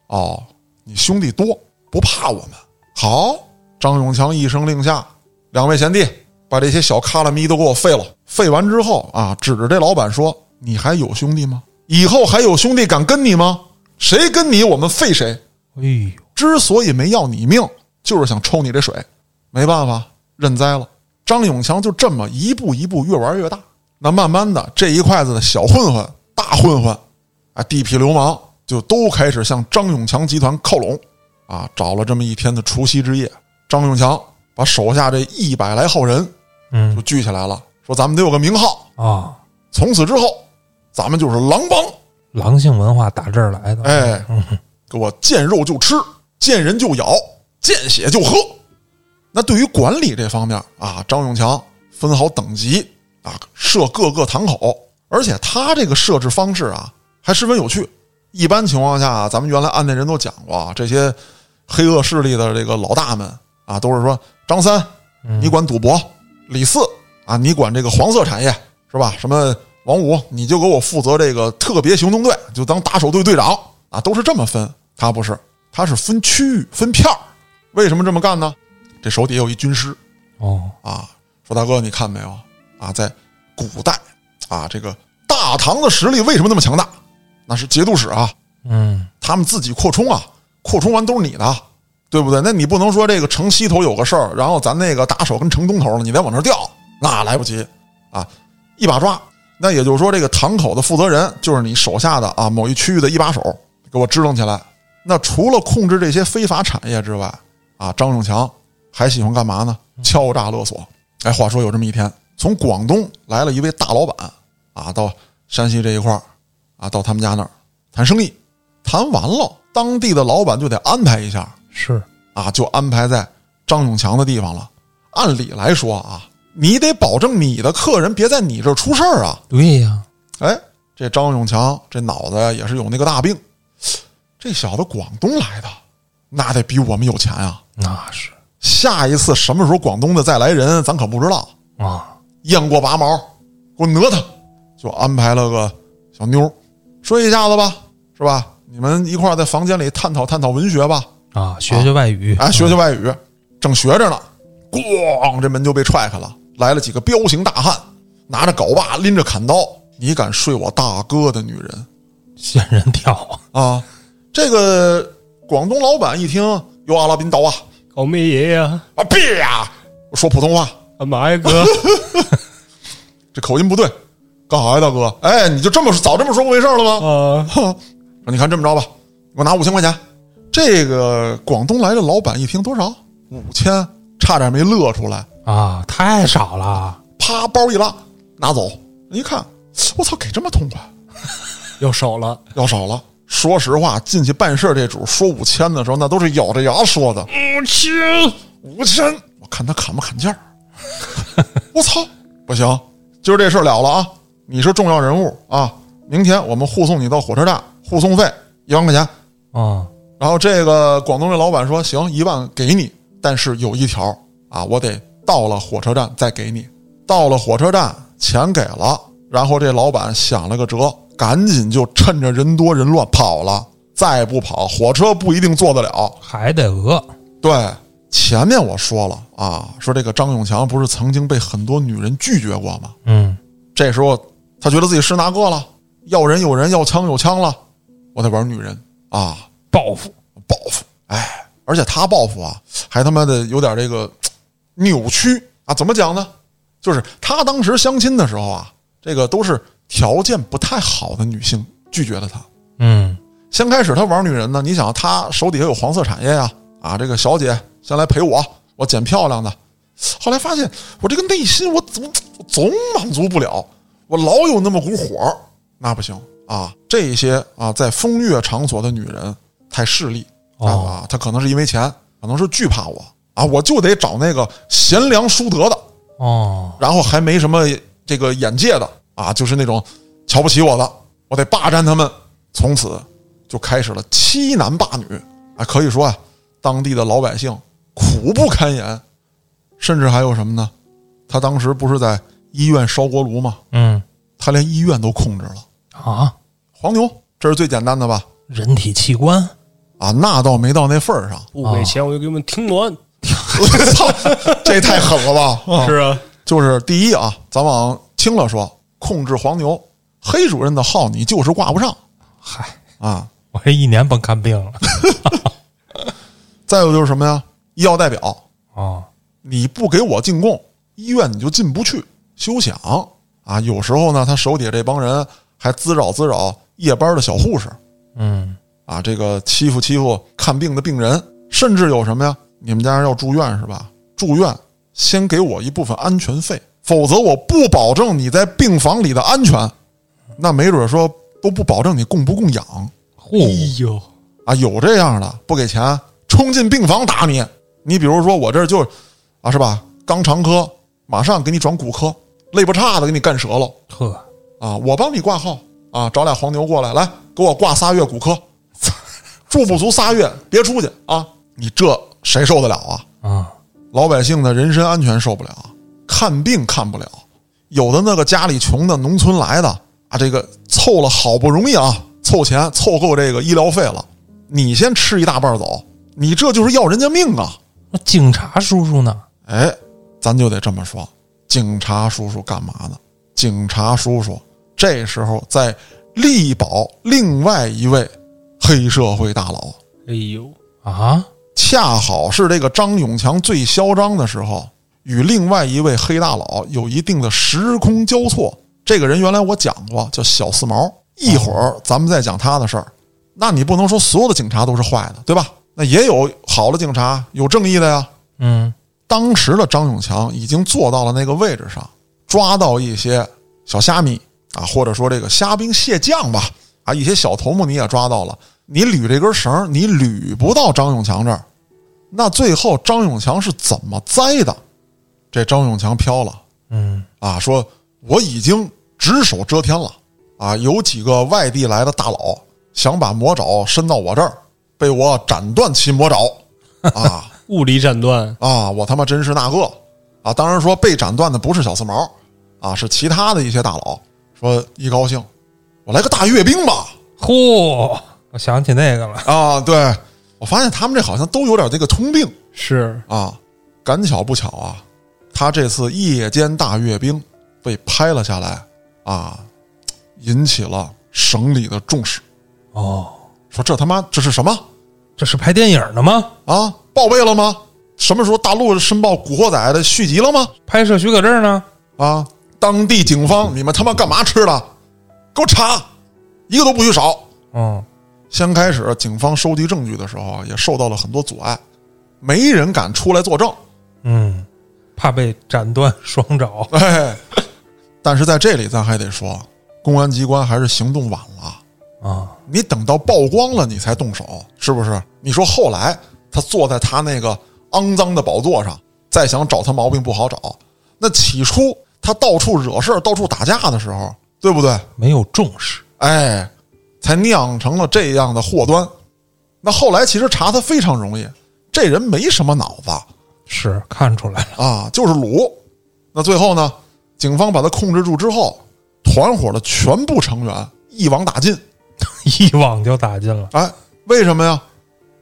哦，你兄弟多，不怕我们。好，张永强一声令下，两位贤弟，把这些小卡拉咪都给我废了。废完之后啊，指着这老板说：“你还有兄弟吗？以后还有兄弟敢跟你吗？谁跟你，我们废谁。
哎呦，
之所以没要你命，就是想抽你这水。没办法，认栽了。”张永强就这么一步一步越玩越大。那慢慢的，这一筷子的小混混、大混混啊，地痞流氓就都开始向张永强集团靠拢，啊，找了这么一天的除夕之夜，张永强把手下这一百来号人
嗯
就，聚起来了，说咱们得有个名号，
啊，
从此之后，咱们就是狼帮，
狼性文化打这儿来的，
哎
嗯，
给我见肉就吃，见人就咬，见血就喝。那对于管理这方面啊，张永强分好等级啊，设各个堂口，而且他这个设置方式啊，还十分有趣。一般情况下，咱们原来案内人都讲过啊，这些黑恶势力的这个老大们啊，都是说张三你管赌博，李四啊你管这个黄色产业是吧？什么王五你就给我负责这个特别行动队，就当打手队队长啊，都是这么分。他不是，他是分区域、分片儿。为什么这么干呢？这手底下有一军师，
哦，
啊，说大哥，你看没有啊？在古代啊，这个大唐的实力为什么那么强大？那是节度使啊，
嗯，
他们自己扩充啊，扩充完都是你的，对不对？那你不能说这个城西头有个事儿，然后咱那个打手跟城东头了，你再往那儿调，那来不及啊，一把抓。那也就是说，这个堂口的负责人就是你手下的啊某一区域的一把手，给我支棱起来。那除了控制这些非法产业之外，啊，张永强还喜欢干嘛呢？敲诈勒索。哎，话说有这么一天，从广东来了一位大老板啊，到山西这一块儿啊，到他们家那儿谈生意。谈完了，当地的老板就得安排一下
是，
啊，就安排在张永强的地方了。按理来说啊，你得保证你的客人别在你这儿出事儿啊。
对呀，
哎，这张永强这脑子呀也是有那个大病，这小子广东来的，那得比我们有钱啊。
那是
下一次什么时候广东的再来人，咱可不知道。
啊，
雁过拔毛，给我讹他，就安排了个小妞儿，睡一下子吧，是吧？你们一块儿在房间里探讨探讨文学吧，
啊，学学外语，啊
哎，学学外语，正学着呢，咣，这门就被踹开了，来了几个彪形大汉，拿着镐把，拎着砍刀，你敢睡我大哥的女人
仙人跳，
啊？这个广东老板一听，有阿拉宾刀啊，
搞妹爷呀，
啊，别呀、我说普通话，
干嘛呀哥？
这口音不对，干啥呀，大哥？哎，你就这么早这么说不没事儿了吗？
啊，
哼，你看这么着吧，我拿五千块钱。这个广东来的老板一听多少？五千，差点没乐出来。
啊，太少了，
啪，包一拉，拿走。一看，我操，给这么痛快，
要少了，
要少了。说实话，进去办事儿这主说五千的时候，那都是咬着牙说的。
我亲，
五千，我看他砍不砍价儿。我操，不行，今儿这事儿了了啊！你是重要人物啊，明天我们护送你到火车站，护送费一万块钱。
嗯，
然后这个广东这老板说：“行，一万给你，但是有一条啊，我得到了火车站再给你。到了火车站，钱给了，然后这老板想了个辙，赶紧就趁着人多人乱跑了。再不跑，火车不一定坐得了。
还得讹，
对，前面我说了啊，说这个张永强不是曾经被很多女人拒绝过吗？
嗯，
这时候他觉得自己是拿个了，要人有人，要枪有枪了，我得玩女人啊。”
报复，
报复，哎，而且他报复啊，还他妈的有点这个扭曲啊，怎么讲呢？就是他当时相亲的时候啊，这个都是条件不太好的女性拒绝了他。
嗯
先开始他玩女人呢，你想他手底下有黄色产业呀、啊，这个小姐先来陪我，我捡漂亮的。后来发现我这个内心我总我总满足不了，我老有那么股火儿，那不行啊！这些啊，在风月场所的女人太势利
哦
啊，她可能是因为钱，可能是惧怕我啊，我就得找那个贤良淑德的，
哦，
然后还没什么这个眼界的啊，就是那种瞧不起我的，我得霸占他们。从此就开始了欺男霸女啊，可以说啊，当地的老百姓苦不堪言，甚至还有什么呢？他当时不是在医院烧锅炉吗？
嗯
他连医院都控制了。
啊，
黄牛，这是最简单的吧？
人体器官，
啊，那倒没到那份儿上。
不给钱我就给你们听完，
我操，这也太狠了吧！
哦
啊
是啊，
就是第一啊，咱往轻了说，控制黄牛，黑主任的号你就是挂不上
嗨，
啊。
我这一年甭看病了，
再有就是什么呀？医药代表，
哦，
你不给我进贡，医院你就进不去休想啊！有时候呢，他手底下这帮人还滋扰滋扰夜班的小护士
嗯
啊，这个欺负欺负看病的病人，甚至有什么呀？你们家人要住院是吧？住院先给我一部分安全费，否则我不保证你在病房里的安全。那没准说都不保证你供不供氧
嚯，
呦，
啊，有这样的不给钱冲进病房打你。你比如说我这儿就啊是吧，肛肠科马上给你转骨科，肋不叉的给你干折了
呵，
啊，我帮你挂号啊，找俩黄牛过来，来给我挂仨月骨科，住不足仨月别出去啊，你这谁受得了啊？
啊，
老百姓的人身安全受不了，看病看不了，有的那个家里穷的农村来的啊，这个凑了好不容易啊，凑钱凑够这个医疗费了，你先吃一大半走，你这就是要人家命啊！
那警察叔叔呢？
哎，咱就得这么说，警察叔叔干嘛呢？警察叔叔这时候在力保另外一位黑社会大佬，
哎呦，
啊，
恰好是这个张永强最嚣张的时候，与另外一位黑大佬有一定的时空交错。这个人原来我讲过，叫小四毛。一会儿咱们再讲他的事儿。那你不能说所有的警察都是坏的，对吧？那也有好的警察，有正义的呀。
嗯，
当时的张永强已经坐到了那个位置上，抓到一些小虾米啊，或者说这个虾兵蟹将吧，啊，一些小头目你也抓到了，你捋这根绳儿，你捋不到张永强这儿。那最后张永强是怎么栽的？这张永强飘了
嗯，
啊，说我已经只手遮天了啊，有几个外地来的大佬想把魔爪伸到我这儿，被我斩断其魔爪啊。
物理斩断，
啊，我他妈真是那个啊！当然说被斩断的不是小四毛啊，是其他的一些大佬。说一高兴，我来个大阅兵吧！
嚯，我想起那个了，
啊，对我发现他们这好像都有点这个通病
是
啊。赶巧不巧啊，他这次夜间大阅兵被拍了下来啊，引起了省里的重视，
哦，
说这他妈这是什么
这是拍电影的吗？
啊？报备了吗？什么时候大陆申报《古惑仔》的续集了吗？
拍摄许可证呢？
啊，当地警方，你们他妈干嘛吃的？给我查，一个都不许少。
嗯
先开始，警方收集证据的时候啊，也受到了很多阻碍，没人敢出来作证。
嗯，怕被斩断双爪。
哎，但是在这里，咱还得说，公安机关还是行动晚了。
啊，
你等到曝光了，你才动手，是不是？你说后来他坐在他那个肮脏的宝座上，再想找他毛病不好找。那起初他到处惹事儿、到处打架的时候，对不对？
没有重视。
哎，才酿成了这样的祸端。那后来其实查他非常容易，这人没什么脑子
是看出来了，
啊，就是鲁。那最后呢，警方把他控制住之后，团伙的全部成员一网打尽。
一网就打尽了。
哎，为什么呀？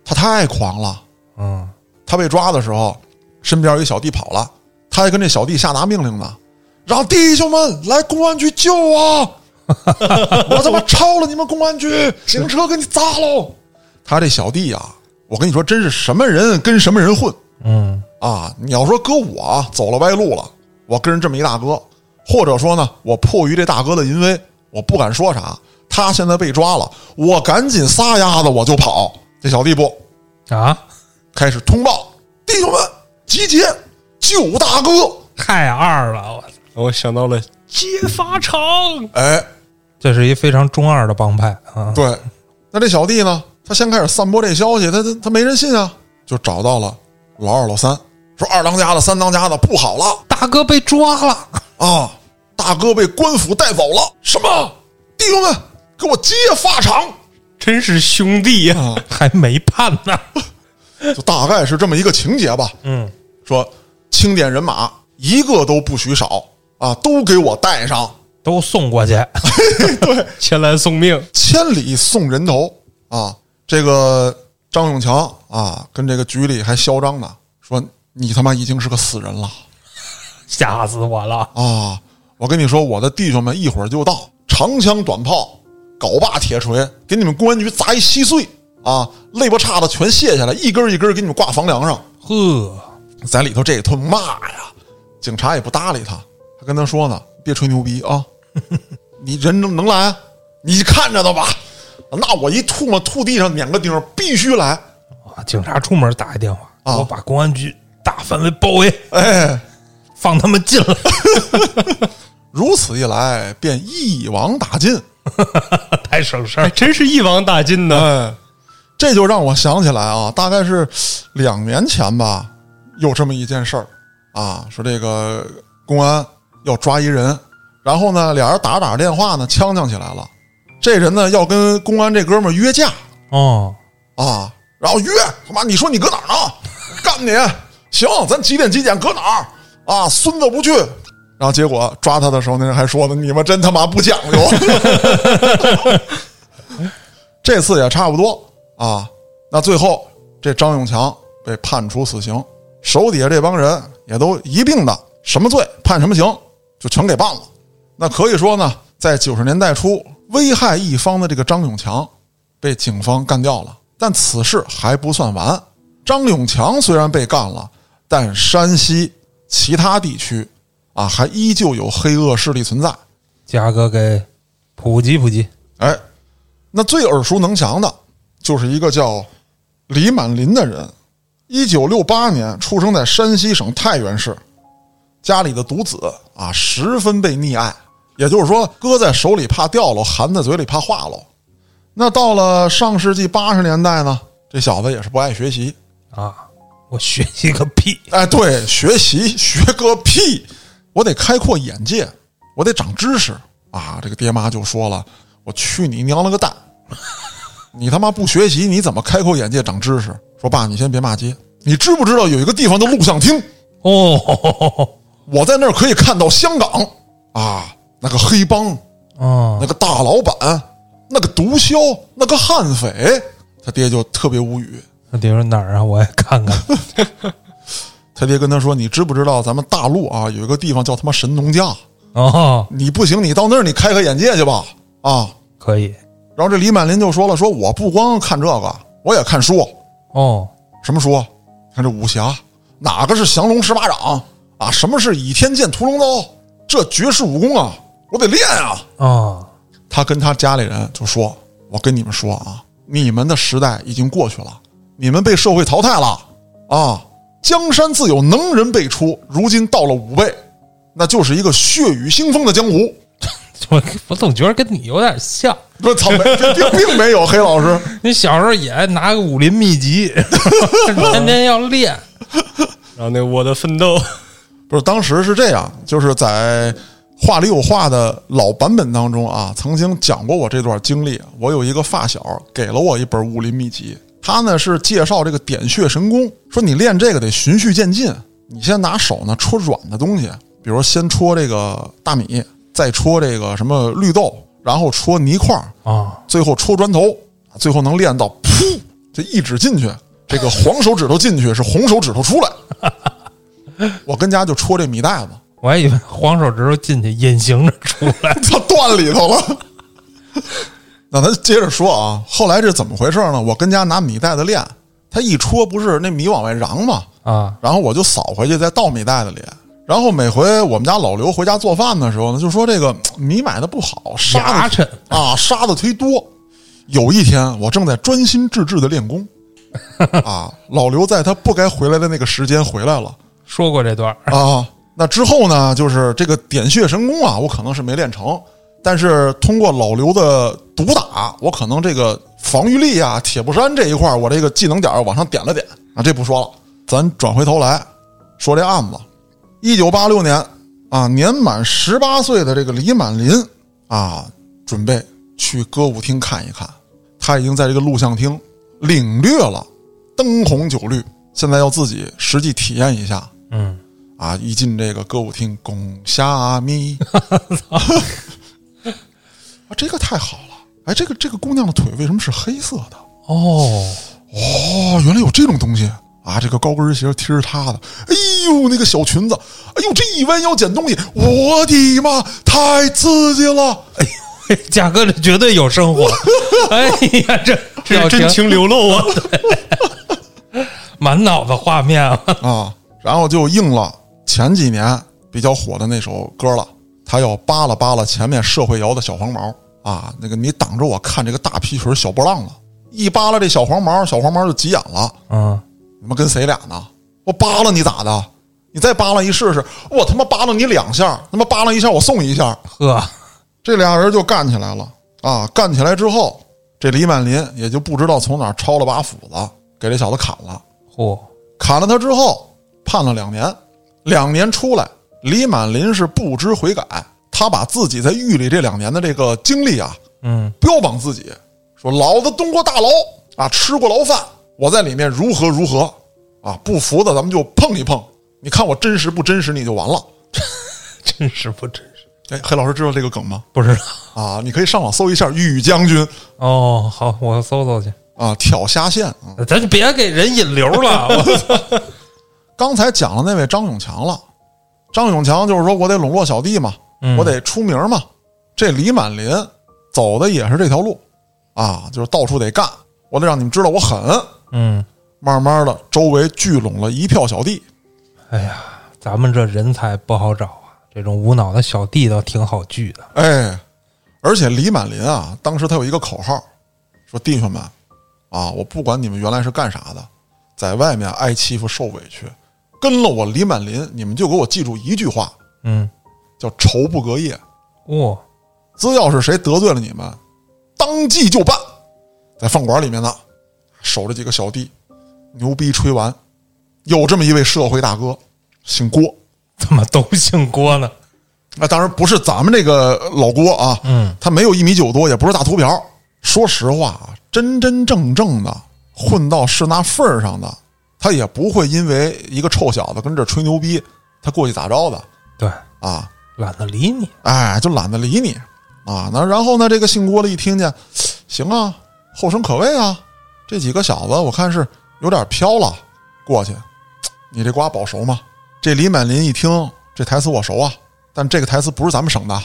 他太狂了。
嗯，
他被抓的时候，身边有一小弟跑了，他还跟这小弟下达命令呢，让弟兄们来公安局救我， 我他妈抄了你们公安局，警车给你砸喽！他这小弟啊，我跟你说，真是什么人跟什么人混
嗯，
啊！你要说搁我啊走了歪路了，我跟人这么一大哥，或者说呢，我迫于这大哥的淫威，我不敢说啥。他现在被抓了，我赶紧撒丫子我就跑。这小弟不，
啊，
开始通报，弟兄们集结救大哥！
太二了，我
我想到了接发场，
哎，
这是一非常中二的帮派啊。
对，那这小弟呢，他先开始散播这消息，他他他没人信啊，就找到了老二、老三，说二当家的、三当家的不好了
大哥被抓了，
啊，大哥被官府带走了，什么？弟兄们，给我接发场！
真是兄弟呀、
啊，
还没判呢。
就大概是这么一个情节吧。
嗯，
说清点人马，一个都不许少啊，都给我带上。
都送过去。
前来送命，
千里送人头啊！这个张永强啊，跟这个局里还嚣张呢，说你他妈已经是个死人了
吓死我了！
啊！我跟你说，我的弟兄们一会儿就到，长枪短炮，镐把铁锤，给你们公安局砸一稀碎啊！肋巴叉子全卸下来，一根一根给你们挂房梁上。
呵，
在里头这一通骂呀，警察也不搭理他，还跟他说呢：“别吹牛逼啊， 你人能能来啊，你看着他吧。那我一吐沫吐地上撵个钉儿，必须来。
啊警察出门打一电话，
啊
我把公安局大范围包围，
哎，
放他们进来，
如此一来，便一网打尽。
太省事
还
儿。
哎真是一网打尽呢。
哎，这就让我想起来啊，大概是两年前吧，有这么一件事儿啊，说这个公安要抓一人，然后呢，俩人打着打着电话呢，呛呛起来了。这人呢要跟公安这哥们儿约架
哦，
啊，然后约他妈，你说你搁哪儿呢？干你！行，咱几点几点搁哪儿啊？孙子不去。然后结果抓他的时候，那人还说呢：“你们真他妈不讲究。”啊 这次也差不多啊。那最后这张永强被判处死刑，手底下这帮人也都一并的什么罪判什么刑，就全给办了。那可以说呢，在九十年代初，危害一方的这个张永强被警方干掉了。但此事还不算完，张永强虽然被干了，但山西其他地区啊，还依旧有黑恶势力存在。
嘉哥给普及普及。
哎，那最耳熟能详的就是一个叫李满林的人，一九六八年出生在山西省太原市，家里的独子啊，十分被溺爱，也就是说，搁在手里怕掉了，含在嘴里怕化了。那到了上世纪八十年代呢，这小子也是不爱学习，
啊，我学习个屁！
哎，对，学习学个屁！我得开阔眼界，我得长知识啊！这个爹妈就说了：“我去你娘了个蛋！你他妈不学习，你怎么开阔眼界长知识？”说爸，你先别骂街，你知不知道有一个地方叫录像厅？
哦，
我在那儿可以看到香港啊，那个黑帮，
哦，
那个大老板，那个毒枭，那个悍匪。他爹就特别无语，
那比如哪儿啊？我也看看。
他爹跟他说：“你知不知道咱们大陆啊有一个地方叫他妈神农架？”
哦，
你不行，你到那儿你开开眼界去吧啊！
可以。
然后这李满林就说了，说我不光看这个，我也看书，
哦，
什么书？看这武侠，哪个是降龙十八掌啊？什么是倚天剑、屠龙刀？这绝世武功啊，我得练啊。
啊
他跟他家里人就说：“我跟你们说啊，你们的时代已经过去了，你们被社会淘汰了啊！江山自有能人辈出，如今到了武辈，那就是一个血雨腥风的江湖。
我 我总觉得跟你有点像。
不，草莓，并并并没有黑老师。
你小时候也拿个武林秘 籍，天天要练。
然后那我的奋斗，
不是，当时是这样，就是在话里有话的老版本当中啊，曾经讲过我这段经历。我有一个发小给了我一本武林秘籍，他呢是介绍这个点穴神功，说你练这个得循序渐进，你先拿手呢戳软的东西，比如先戳这个大米，再戳这个什么绿豆，然后戳泥块儿，
啊，
最后戳砖头，最后能练到噗，这一指进去，这个黄手指头进去是红手指头出来。我跟家就戳这米袋子，
我还以为黄手指头进去隐形着出来
它断里头了。 那咱接着说啊，后来这怎么回事呢？我跟家拿米袋子练，它一戳不是那米往外扬嘛，
啊
然后我就扫回去，再倒米袋子里。然后每回我们家老刘回家做饭的时候呢，就说这个米买的不好，沙
牙
子
碜
啊，沙子忒多。有一天，我正在专心致志的练功，啊，老刘在他不该回来的那个时间回来了
说过这段儿
啊。那之后呢，就是这个点穴神功啊，我可能是没练成，但是通过老刘的毒打，我可能这个防御力啊、铁布衫这一块儿，我这个技能点儿往上点了点啊，这不说了，咱转回头来说这案子。一九八六年啊，年满十八岁的这个李满林啊，准备去歌舞厅看一看。他已经在这个录像厅领略了灯红酒绿，现在要自己实际体验一下。
嗯，
啊，一进这个歌舞厅，拱虾米，啊，这个太好了！哎，这个这个姑娘的腿为什么是黑色的？
哦，
哦，原来有这种东西啊！这个高跟鞋踢着她的，哎呦，那个小裙子，哎呦，这一弯腰捡东西，我的妈，太刺激了！哎，
贾哥这绝对有生活。哎呀， 这
这
要
是 真
停
情流露啊！
满脑子画面啊！
啊，然后就应了前几年比较火的那首歌了，他要扒拉扒拉前面社会摇的小黄毛啊，那个你挡着我看这个大皮裙小波浪了，一扒拉这小黄毛，小黄毛就急眼了，
嗯，
你们跟谁俩呢？我扒拉你咋的？你再扒拉一试试，我他妈扒拉你两下，他妈扒拉一下我送一下，
呵，
这俩人就干起来了啊！干起来之后，这李满林也就不知道从哪儿抄了把斧子，给这小子砍了。
嚯，
砍了他之后，判了两年，两年出来，李满林是不知悔改，他把自己在狱里这两年的这个经历啊，
嗯，
标榜自己，说老子蹲过大牢啊，吃过牢饭，我在里面如何如何啊，不服的咱们就碰一碰，你看我真实不真实，你就完了。
真是不真 实，
哎，黑老师知道这个梗吗？
不知道
啊，你可以上网搜一下“玉将军
哦。好，我搜搜去，”
啊，挑虾线啊。
咱就别给人引流了。我操
刚才讲了那位张永强了，张永强就是说我得笼络小弟嘛，
嗯
我得出名嘛。这李满林走的也是这条路啊，就是到处得干，我得让你们知道我狠。
嗯，
慢慢的，周围聚拢了一票小弟，
哎呀，咱们这人才不好找啊，这种无脑的小弟倒挺好聚的。
哎，而且李满林啊，当时他有一个口号，说弟兄们啊，我不管你们原来是干啥的，在外面挨欺负受委屈，跟了我李满林，你们就给我记住一句话，
嗯，
叫仇不隔夜。
哇、哦，
只要是谁得罪了你们，当即就办。在饭馆里面呢，守着几个小弟，牛逼吹完，有这么一位社会大哥，姓郭。
怎么都姓郭呢？
那当然不是咱们这个老郭啊，
嗯，
他没有一米九多，也不是大秃瓢。说实话啊，真真正正的混到是那份儿上的，他也不会因为一个臭小子跟这吹牛逼，他过去咋着的
对，
啊？
懒得理你。
哎，就懒得理你啊。那然后呢，这个姓郭的一听见，行啊，后生可畏啊，这几个小子我看是有点飘了，过去，你这瓜保熟吗？这李满林一听这台词我熟啊，但这个台词不是咱们省的，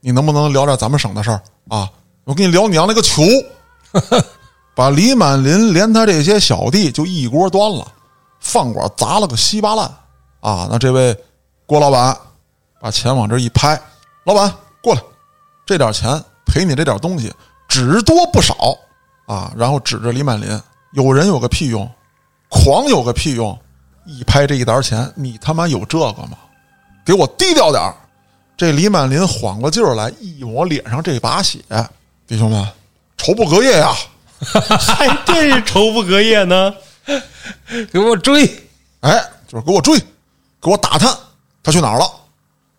你能不能聊点咱们省的事儿啊？我跟你聊娘了个球！把李满林连他这些小弟就一锅端了，饭馆砸了个稀巴烂啊！那这位郭老板把钱往这一拍，老板过来，这点钱赔你这点东西，只多不少啊！然后指着李满林，有人有个屁用，狂有个屁用，一拍这一沓钱，你他妈有这个吗？给我低调点儿！这李满林缓过劲儿来，一抹脸上这把血，弟兄们，仇不隔夜呀、
还真哎是愁不隔夜呢。
给我追！
哎，就是给我追，给我打探他去哪儿了。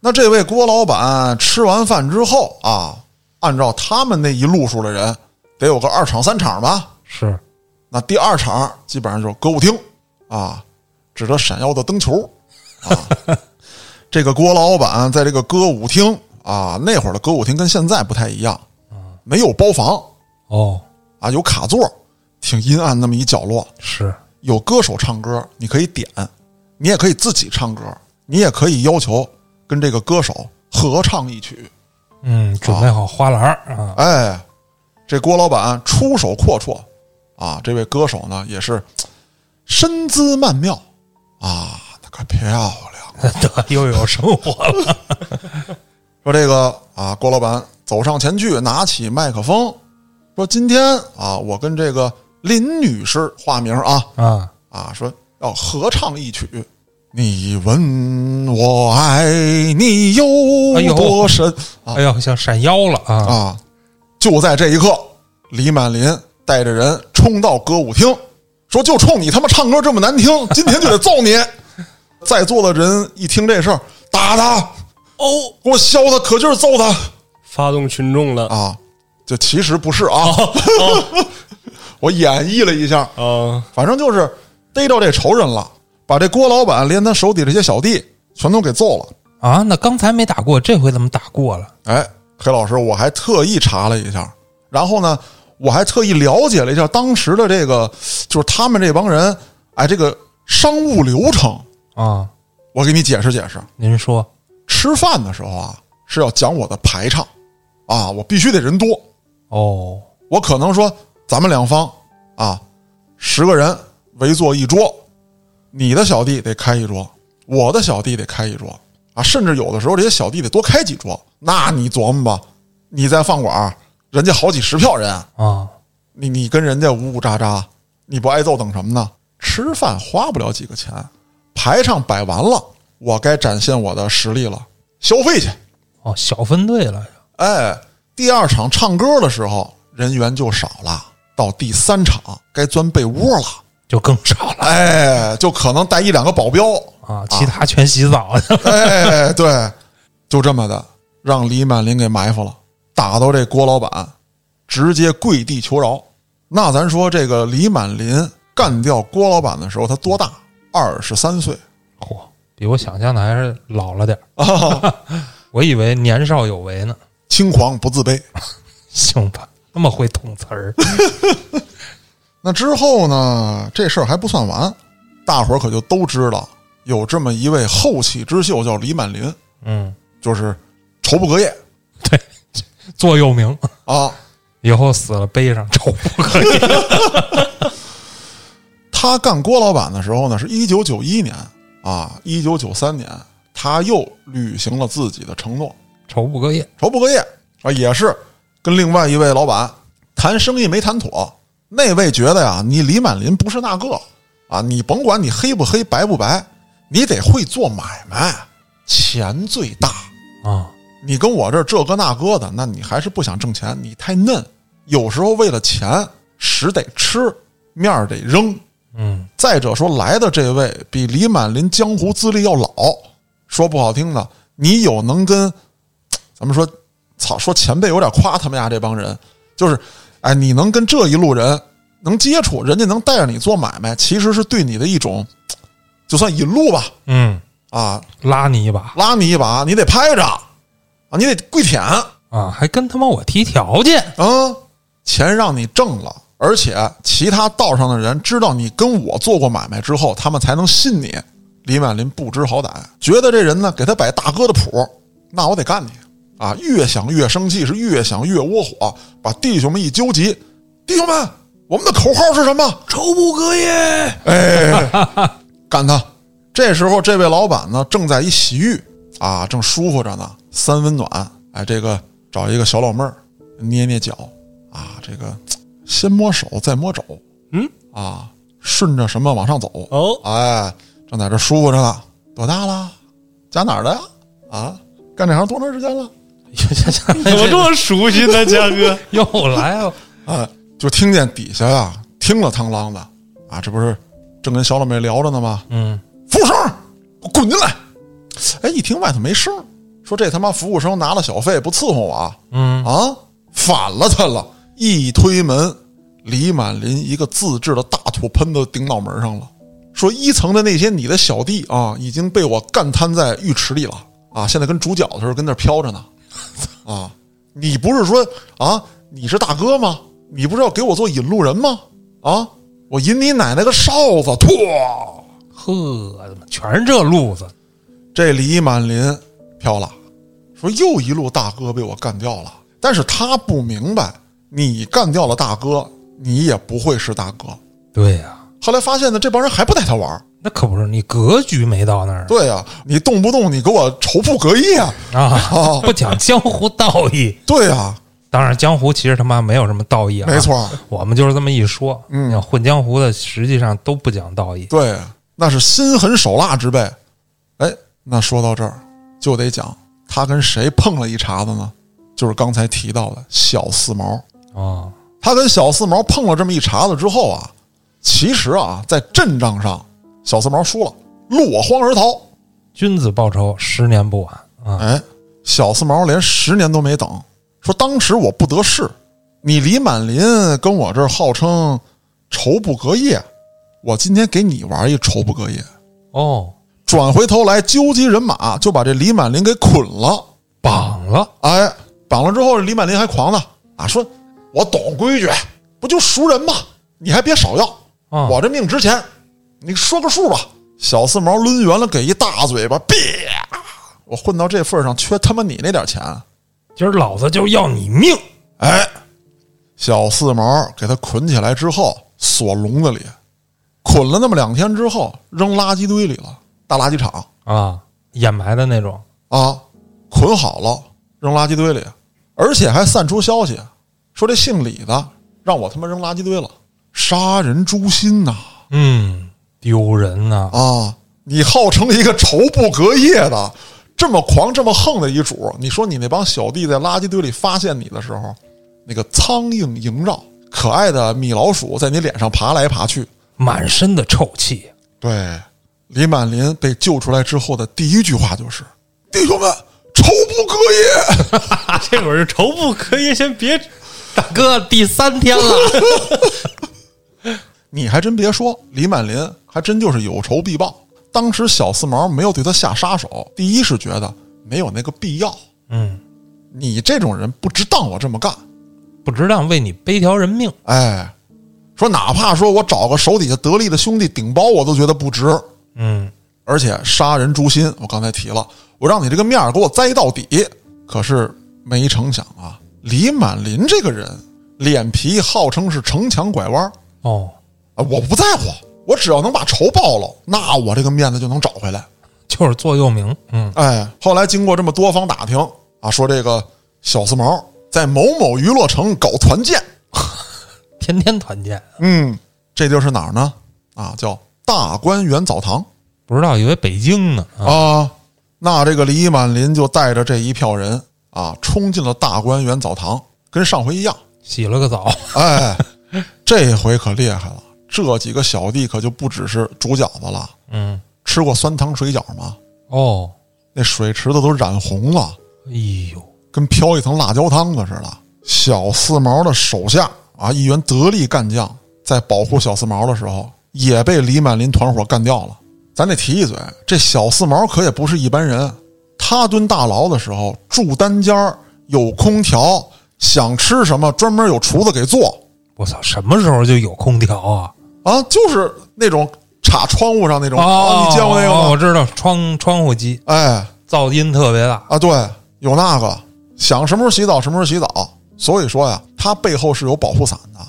那这位郭老板吃完饭之后啊，按照他们那一路数的人，得有个二场三场吧。
是
那第二场基本上就是歌舞厅啊，指着闪耀的灯球啊。 这个郭老板在这个歌舞厅啊，那会儿的歌舞厅跟现在不太一样，没有包房
哦，
啊，有卡座，挺阴暗那么一角落。
是
有歌手唱歌，你可以点，你也可以自己唱歌，你也可以要求跟这个歌手合唱一曲。
嗯，准备好花篮儿啊，
哎，这郭老板出手阔绰啊，这位歌手呢也是身姿曼妙啊，那可漂亮。 啊
得又有生活了。
说这个啊，郭老板走上前去，拿起麦克风，说：“今天啊，我跟这个林女士化名啊，
啊，
啊，说要合唱一曲。你问我爱你有
哎呦
多深、啊
哎呦，像闪腰了啊！
啊！就在这一刻，李满林带着人冲到歌舞厅，说：“就冲你他妈唱歌这么难听，今天就得揍你！” 在座的人一听这事儿，打他，
哦，
给我削他，可劲儿揍他
发动群众了啊！
啊！这其实不是啊，
哦
我演绎了一下，
啊
反正就是逮着这仇人了，把这郭老板连他手底这些小弟全都给揍了。
啊，那刚才没打过，这回怎么打过了？
哎，黑老师，我还特意查了一下，然后呢，我还特意了解了一下当时的这个，就是他们这帮人，哎，这个商务流程，
啊，
我给你解释解释。
您说
吃饭的时候啊，是要讲我的排场，啊，我必须得人多，
哦，
我可能说咱们两方啊，十个人围坐一桌，你的小弟得开一桌，我的小弟得开一桌啊，甚至有的时候这些小弟得多开几桌。那你琢磨吧，你在饭馆儿，人家好几十票人，
啊，
你你跟人家呜呜喳喳，你不挨揍等什么呢？吃饭花不了几个钱，排场摆完了，我该展现我的实力了，消费去。
哦，小分队了，
哎，第二场唱歌的时候人员就少了，到第三场该钻被窝了，
就更少了
哎，就可能带一两个保镖，
啊，其他全洗澡去了。
哎，对，就这么的让李满林给埋伏了，打到这郭老板，直接跪地求饶。那咱说这个李满林干掉郭老板的时候，他多大？二十三岁
嚯、比我想象的还是老了点儿，
啊，
我以为年少有为呢。
轻狂不自卑。
行吧，那么会捅词儿
那之后呢，这事儿还不算完，大伙儿可就都知道有这么一位后起之秀叫李满林，
嗯，
就是仇不隔夜
座右铭，
啊。
以后死了背上仇不可以。
他干郭老板的时候呢，是一九九一年啊，一九九三年，他又履行了自己的承诺，
仇不隔夜，
仇不隔夜啊，也是跟另外一位老板谈生意没谈妥，那位觉得呀，你李满林不是那个啊，你甭管你黑不黑白不白，你得会做买卖，钱最大。
啊，
你跟我这儿这个那个的，那你还是不想挣钱，你太嫩。有时候为了钱，屎得吃，面儿得扔。
嗯，
再者说，来的这位比李满林江湖资历要老，说不好听的，你有能跟，咱们说，操，说前辈有点夸他们家这帮人，就是，哎，你能跟这一路人能接触，人家能带着你做买卖，其实是对你的一种，就算引路吧，
嗯，
啊，
拉你一把
拉你一把，你得拍着，啊，你得跪舔，
啊，还跟他妈我提条件，
啊，钱让你挣了，而且其他道上的人知道你跟我做过买卖之后，他们才能信你。李满林不知好歹，觉得这人呢给他摆大哥的谱，那我得干你啊！越想越生气，是越想越窝火，把弟兄们一纠集，弟兄们，我们的口号是什么？
愁不隔夜。
干他！这时候，这位老板呢正在一洗浴，啊，正舒服着呢，三温暖，哎，这个找一个小老妹儿捏捏脚啊，这个嘖先摸手再摸肘，
嗯
啊，顺着什么往上走，
哦，
哎，正在这舒服着呢，多大了？家哪儿的呀？啊，干这行多长时 间了？
怎么这么熟悉呢，嘉哥？
又来了，
啊，就听见底下呀、听了苍啷的啊，这不是正跟小老妹聊着呢吗？
嗯，
服务生，给我滚进来！哎，一听外头没声儿，说这他妈服务生拿了小费不伺候我啊？
嗯
啊，反了他了！一推门，李满林一个自制的大土喷子顶脑门上了，说一层的那些你的小弟啊，已经被我干瘫在浴池里了啊，现在跟煮饺子似的跟那儿飘着呢。啊，你不是说啊，你是大哥吗？你不是要给我做引路人吗？啊，我引你奶奶个哨子！嗵。
呵，怎么全是这路子？
这李满林飘了，说又一路大哥被我干掉了。但是他不明白，你干掉了大哥，你也不会是大哥。
对呀、
后来发现呢，这帮人还不带他玩儿。
那可不是，你格局没到那儿
对呀、你动不动你给我仇富隔夜啊！
啊，不讲江湖道义。
对呀、
当然，江湖其实他妈没有什么道义啊，
没，错，
我们就是这么一说。
嗯
你看混江湖的实际上都不讲道义。
对，那是心狠手辣之辈。哎，那说到这儿，就得讲他跟谁碰了一茬子呢？就是刚才提到的小四毛。
啊，
他跟小四毛碰了这么一茬子之后啊，其实啊，在阵仗上，小四毛输了，落荒而逃。
君子报仇，十年不晚啊。
哎，小四毛连十年都没等，说当时我不得势，你李满林跟我这儿号称仇不隔夜，我今天给你玩一仇不隔夜，
哦，
转回头来纠集人马就把这李满林给捆了。
绑了，
哎，绑了之后，李满林还狂呢啊，说我懂规矩，不就赎人吗？你还别少要，
啊
我这命值钱，你说个数吧。小四毛抡圆了，给一大嘴巴，啪！我混到这份儿上，缺他妈你那点钱。
今儿老子就要你命！
哎，小四毛给他捆起来之后，锁笼子里，捆了那么两天之后，扔垃圾堆里了，大垃圾场
啊，掩埋的那种。
啊，捆好了，扔垃圾堆里，而且还散出消息，说这姓李的让我他妈扔垃圾堆了，杀人诛心呐、
嗯，丢人呐、
啊，你号称一个仇不隔夜的，这么狂这么横的一主，你说你那帮小弟在垃圾堆里发现你的时候，那个苍蝇萦绕，可爱的米老鼠在你脸上爬来爬去。
满身的臭气。
对，李满林被救出来之后的第一句话就是：“弟兄们，仇不隔夜。”
啊这会儿仇不可以先别
大哥，第三天 了，
你还真别说，李满林还真就是有仇必报。当时小四毛没有对他下杀手，第一是觉得没有那个必要。
嗯，
你这种人不值当我这么干，
不值当为你背条人命。
哎，说哪怕说我找个手底下得力的兄弟顶包，我都觉得不值。
嗯，
而且杀人诛心，我刚才提了，我让你这个面儿给我栽到底。可是没成想啊，李满林这个人脸皮号称是城墙拐弯儿
哦，
啊，我不在乎，我只要能把仇报了，那我这个面子就能找回来。
就是座右铭。嗯，
哎，后来经过这么多方打听啊，说这个小四毛在某某娱乐城搞团建，
天天团建，
嗯，这地儿是哪儿呢？啊，叫大观园澡堂
不知道以为北京呢。啊
啊。那这个李满林就带着这一票人啊，冲进了大观园澡堂，跟上回一样。
洗了个澡，
哎，这回可厉害了，这几个小弟可就不只是煮饺子了，
嗯，
吃过酸汤水饺吗？
哦，
那水池子都染红了，
哎呦，
跟飘一层辣椒汤子似的。小四毛的手下啊，一员得力干将，在保护小四毛的时候，也被李满林团伙干掉了。咱得提一嘴，这小四毛可也不是一般人，他蹲大牢的时候住单间儿，有空调，想吃什么专门有厨子给做
我操，什么时候就有空调啊？
啊，就是那种插窗户上那种、
哦
啊，，你见过那个
哦我
吗？
知道，窗窗户机
哎，
噪音特别大。
啊，对，有那个想什么时候洗澡什么时候洗澡。所以说呀，他背后是有保护伞的。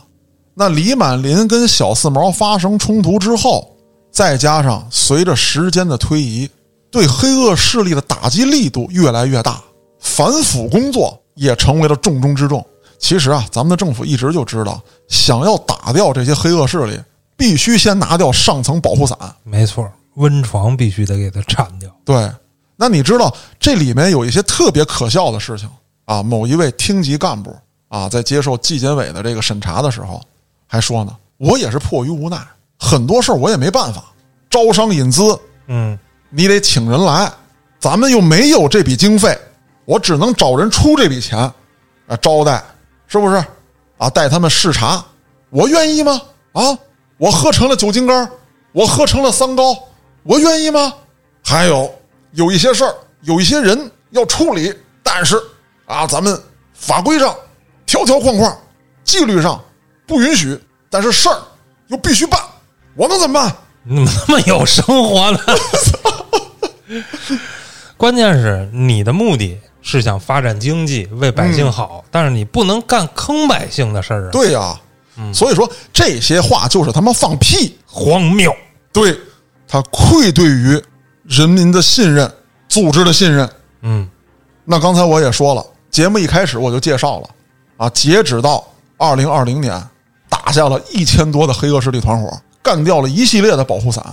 那李满林跟小四毛发生冲突之后，再加上随着时间的推移，对黑恶势力的打击力度越来越大，反腐工作也成为了重中之重。其实啊，咱们的政府一直就知道，想要打掉这些黑恶势力，必须先拿掉上层保护伞。
没错，温床必须得给它铲掉。
对，那你知道这里面有一些特别可笑的事情啊？某一位厅级干部啊，在接受纪检委的这个审查的时候，还说呢：“我也是迫于无奈，很多事儿我也没办法，招商引资
嗯，
你得请人来，咱们又没有这笔经费，我只能找人出这笔钱，啊，招待是不是？啊，带他们视察，我愿意吗？啊，我喝成了酒精肝，我喝成了三高，我愿意吗？还有有一些事儿，有一些人要处理，但是啊，咱们法规上条条框框，纪律上不允许，但是事儿又必须办，我能怎么办？
你怎么那么有生 活呢？关键是你的目的是想发展经济，为百姓好，但是你不能干坑百姓的事儿
嗯
啊，
对呀、所以说这些话就是他妈放屁。
荒谬。
对他愧对于人民的信任、组织的信任。
嗯，
那刚才我也说了，节目一开始我就介绍了啊，截止到二零二零年，打下了一千多的黑恶势力团伙，干掉了一系列的保护伞。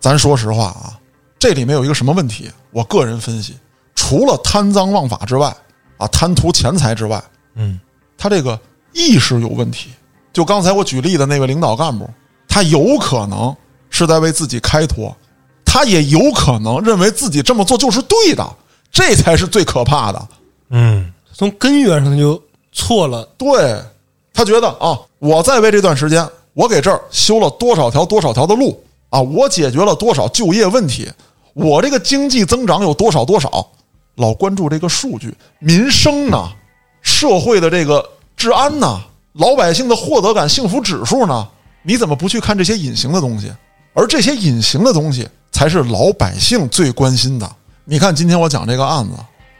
咱说实话啊，这里面有一个什么问题？我个人分析，除了贪赃枉法之外，啊，贪图钱财之外，
嗯，
他这个意识有问题。就刚才我举例的那位领导干部，他有可能是在为自己开脱，他也有可能认为自己这么做就是对的，这才是最可怕的。
嗯，
从根源上就错了。
对他觉得啊，我在为这段时间，我给这儿修了多少条多少条的路啊，我解决了多少就业问题，我这个经济增长有多少多少，老关注这个数据，民生呢，社会的这个治安呢，老百姓的获得感、幸福指数呢，你怎么不去看这些隐形的东西？而这些隐形的东西才是老百姓最关心的。你看，今天我讲这个案子，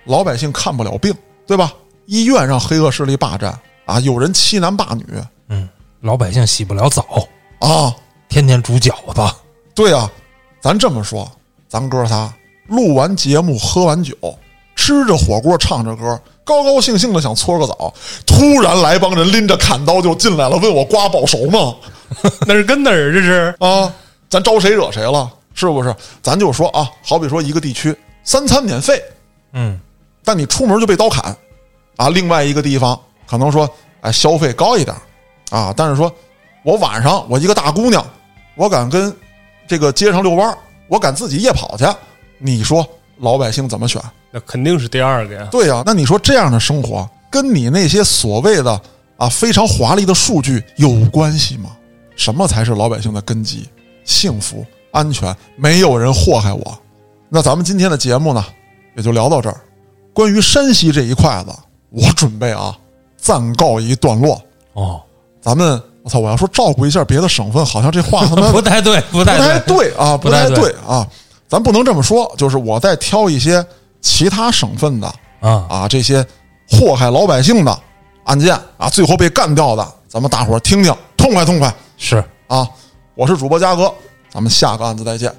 老百姓看不了病，对吧？医院让黑恶势力霸占啊，有人欺男霸女
嗯老百姓洗不了澡，
啊，
天天煮饺子。
对啊，咱这么说，咱哥仨录完节目，喝完酒，吃着火锅，唱着歌，高高兴兴的想搓个澡，突然来帮人拎着砍刀就进来了，问我瓜保熟吗？
哪儿跟哪儿这是？
啊，咱招谁惹谁了？是不是？咱就说啊，好比说一个地区三餐免费，
嗯，
但你出门就被刀砍，啊，另外一个地方可能说，哎，消费高一点，啊，但是说我晚上我一个大姑娘，我敢跟这个街上遛弯儿，我敢自己夜跑去，你说老百姓怎么选？
那肯定是第二个呀。
对呀、那你说这样的生活跟你那些所谓的啊非常华丽的数据有关系吗？什么才是老百姓的根基？幸福、安全，没有人祸害我。那咱们今天的节目呢，也就聊到这儿。关于山西这一块子，我准备啊暂告一段落。
哦，
咱们我操，我要说照顾一下别的省份，好像这话他妈
不太对，不
不
太
太对啊，
不
不
太
太
对
对啊，咱不能这么说。就是我再挑一些其他省份的
啊，
啊这些祸害老百姓的案件啊，最后被干掉的，咱们大伙儿听听，痛快痛快
是。
啊！我是主播嘉哥，咱们下个案子再见。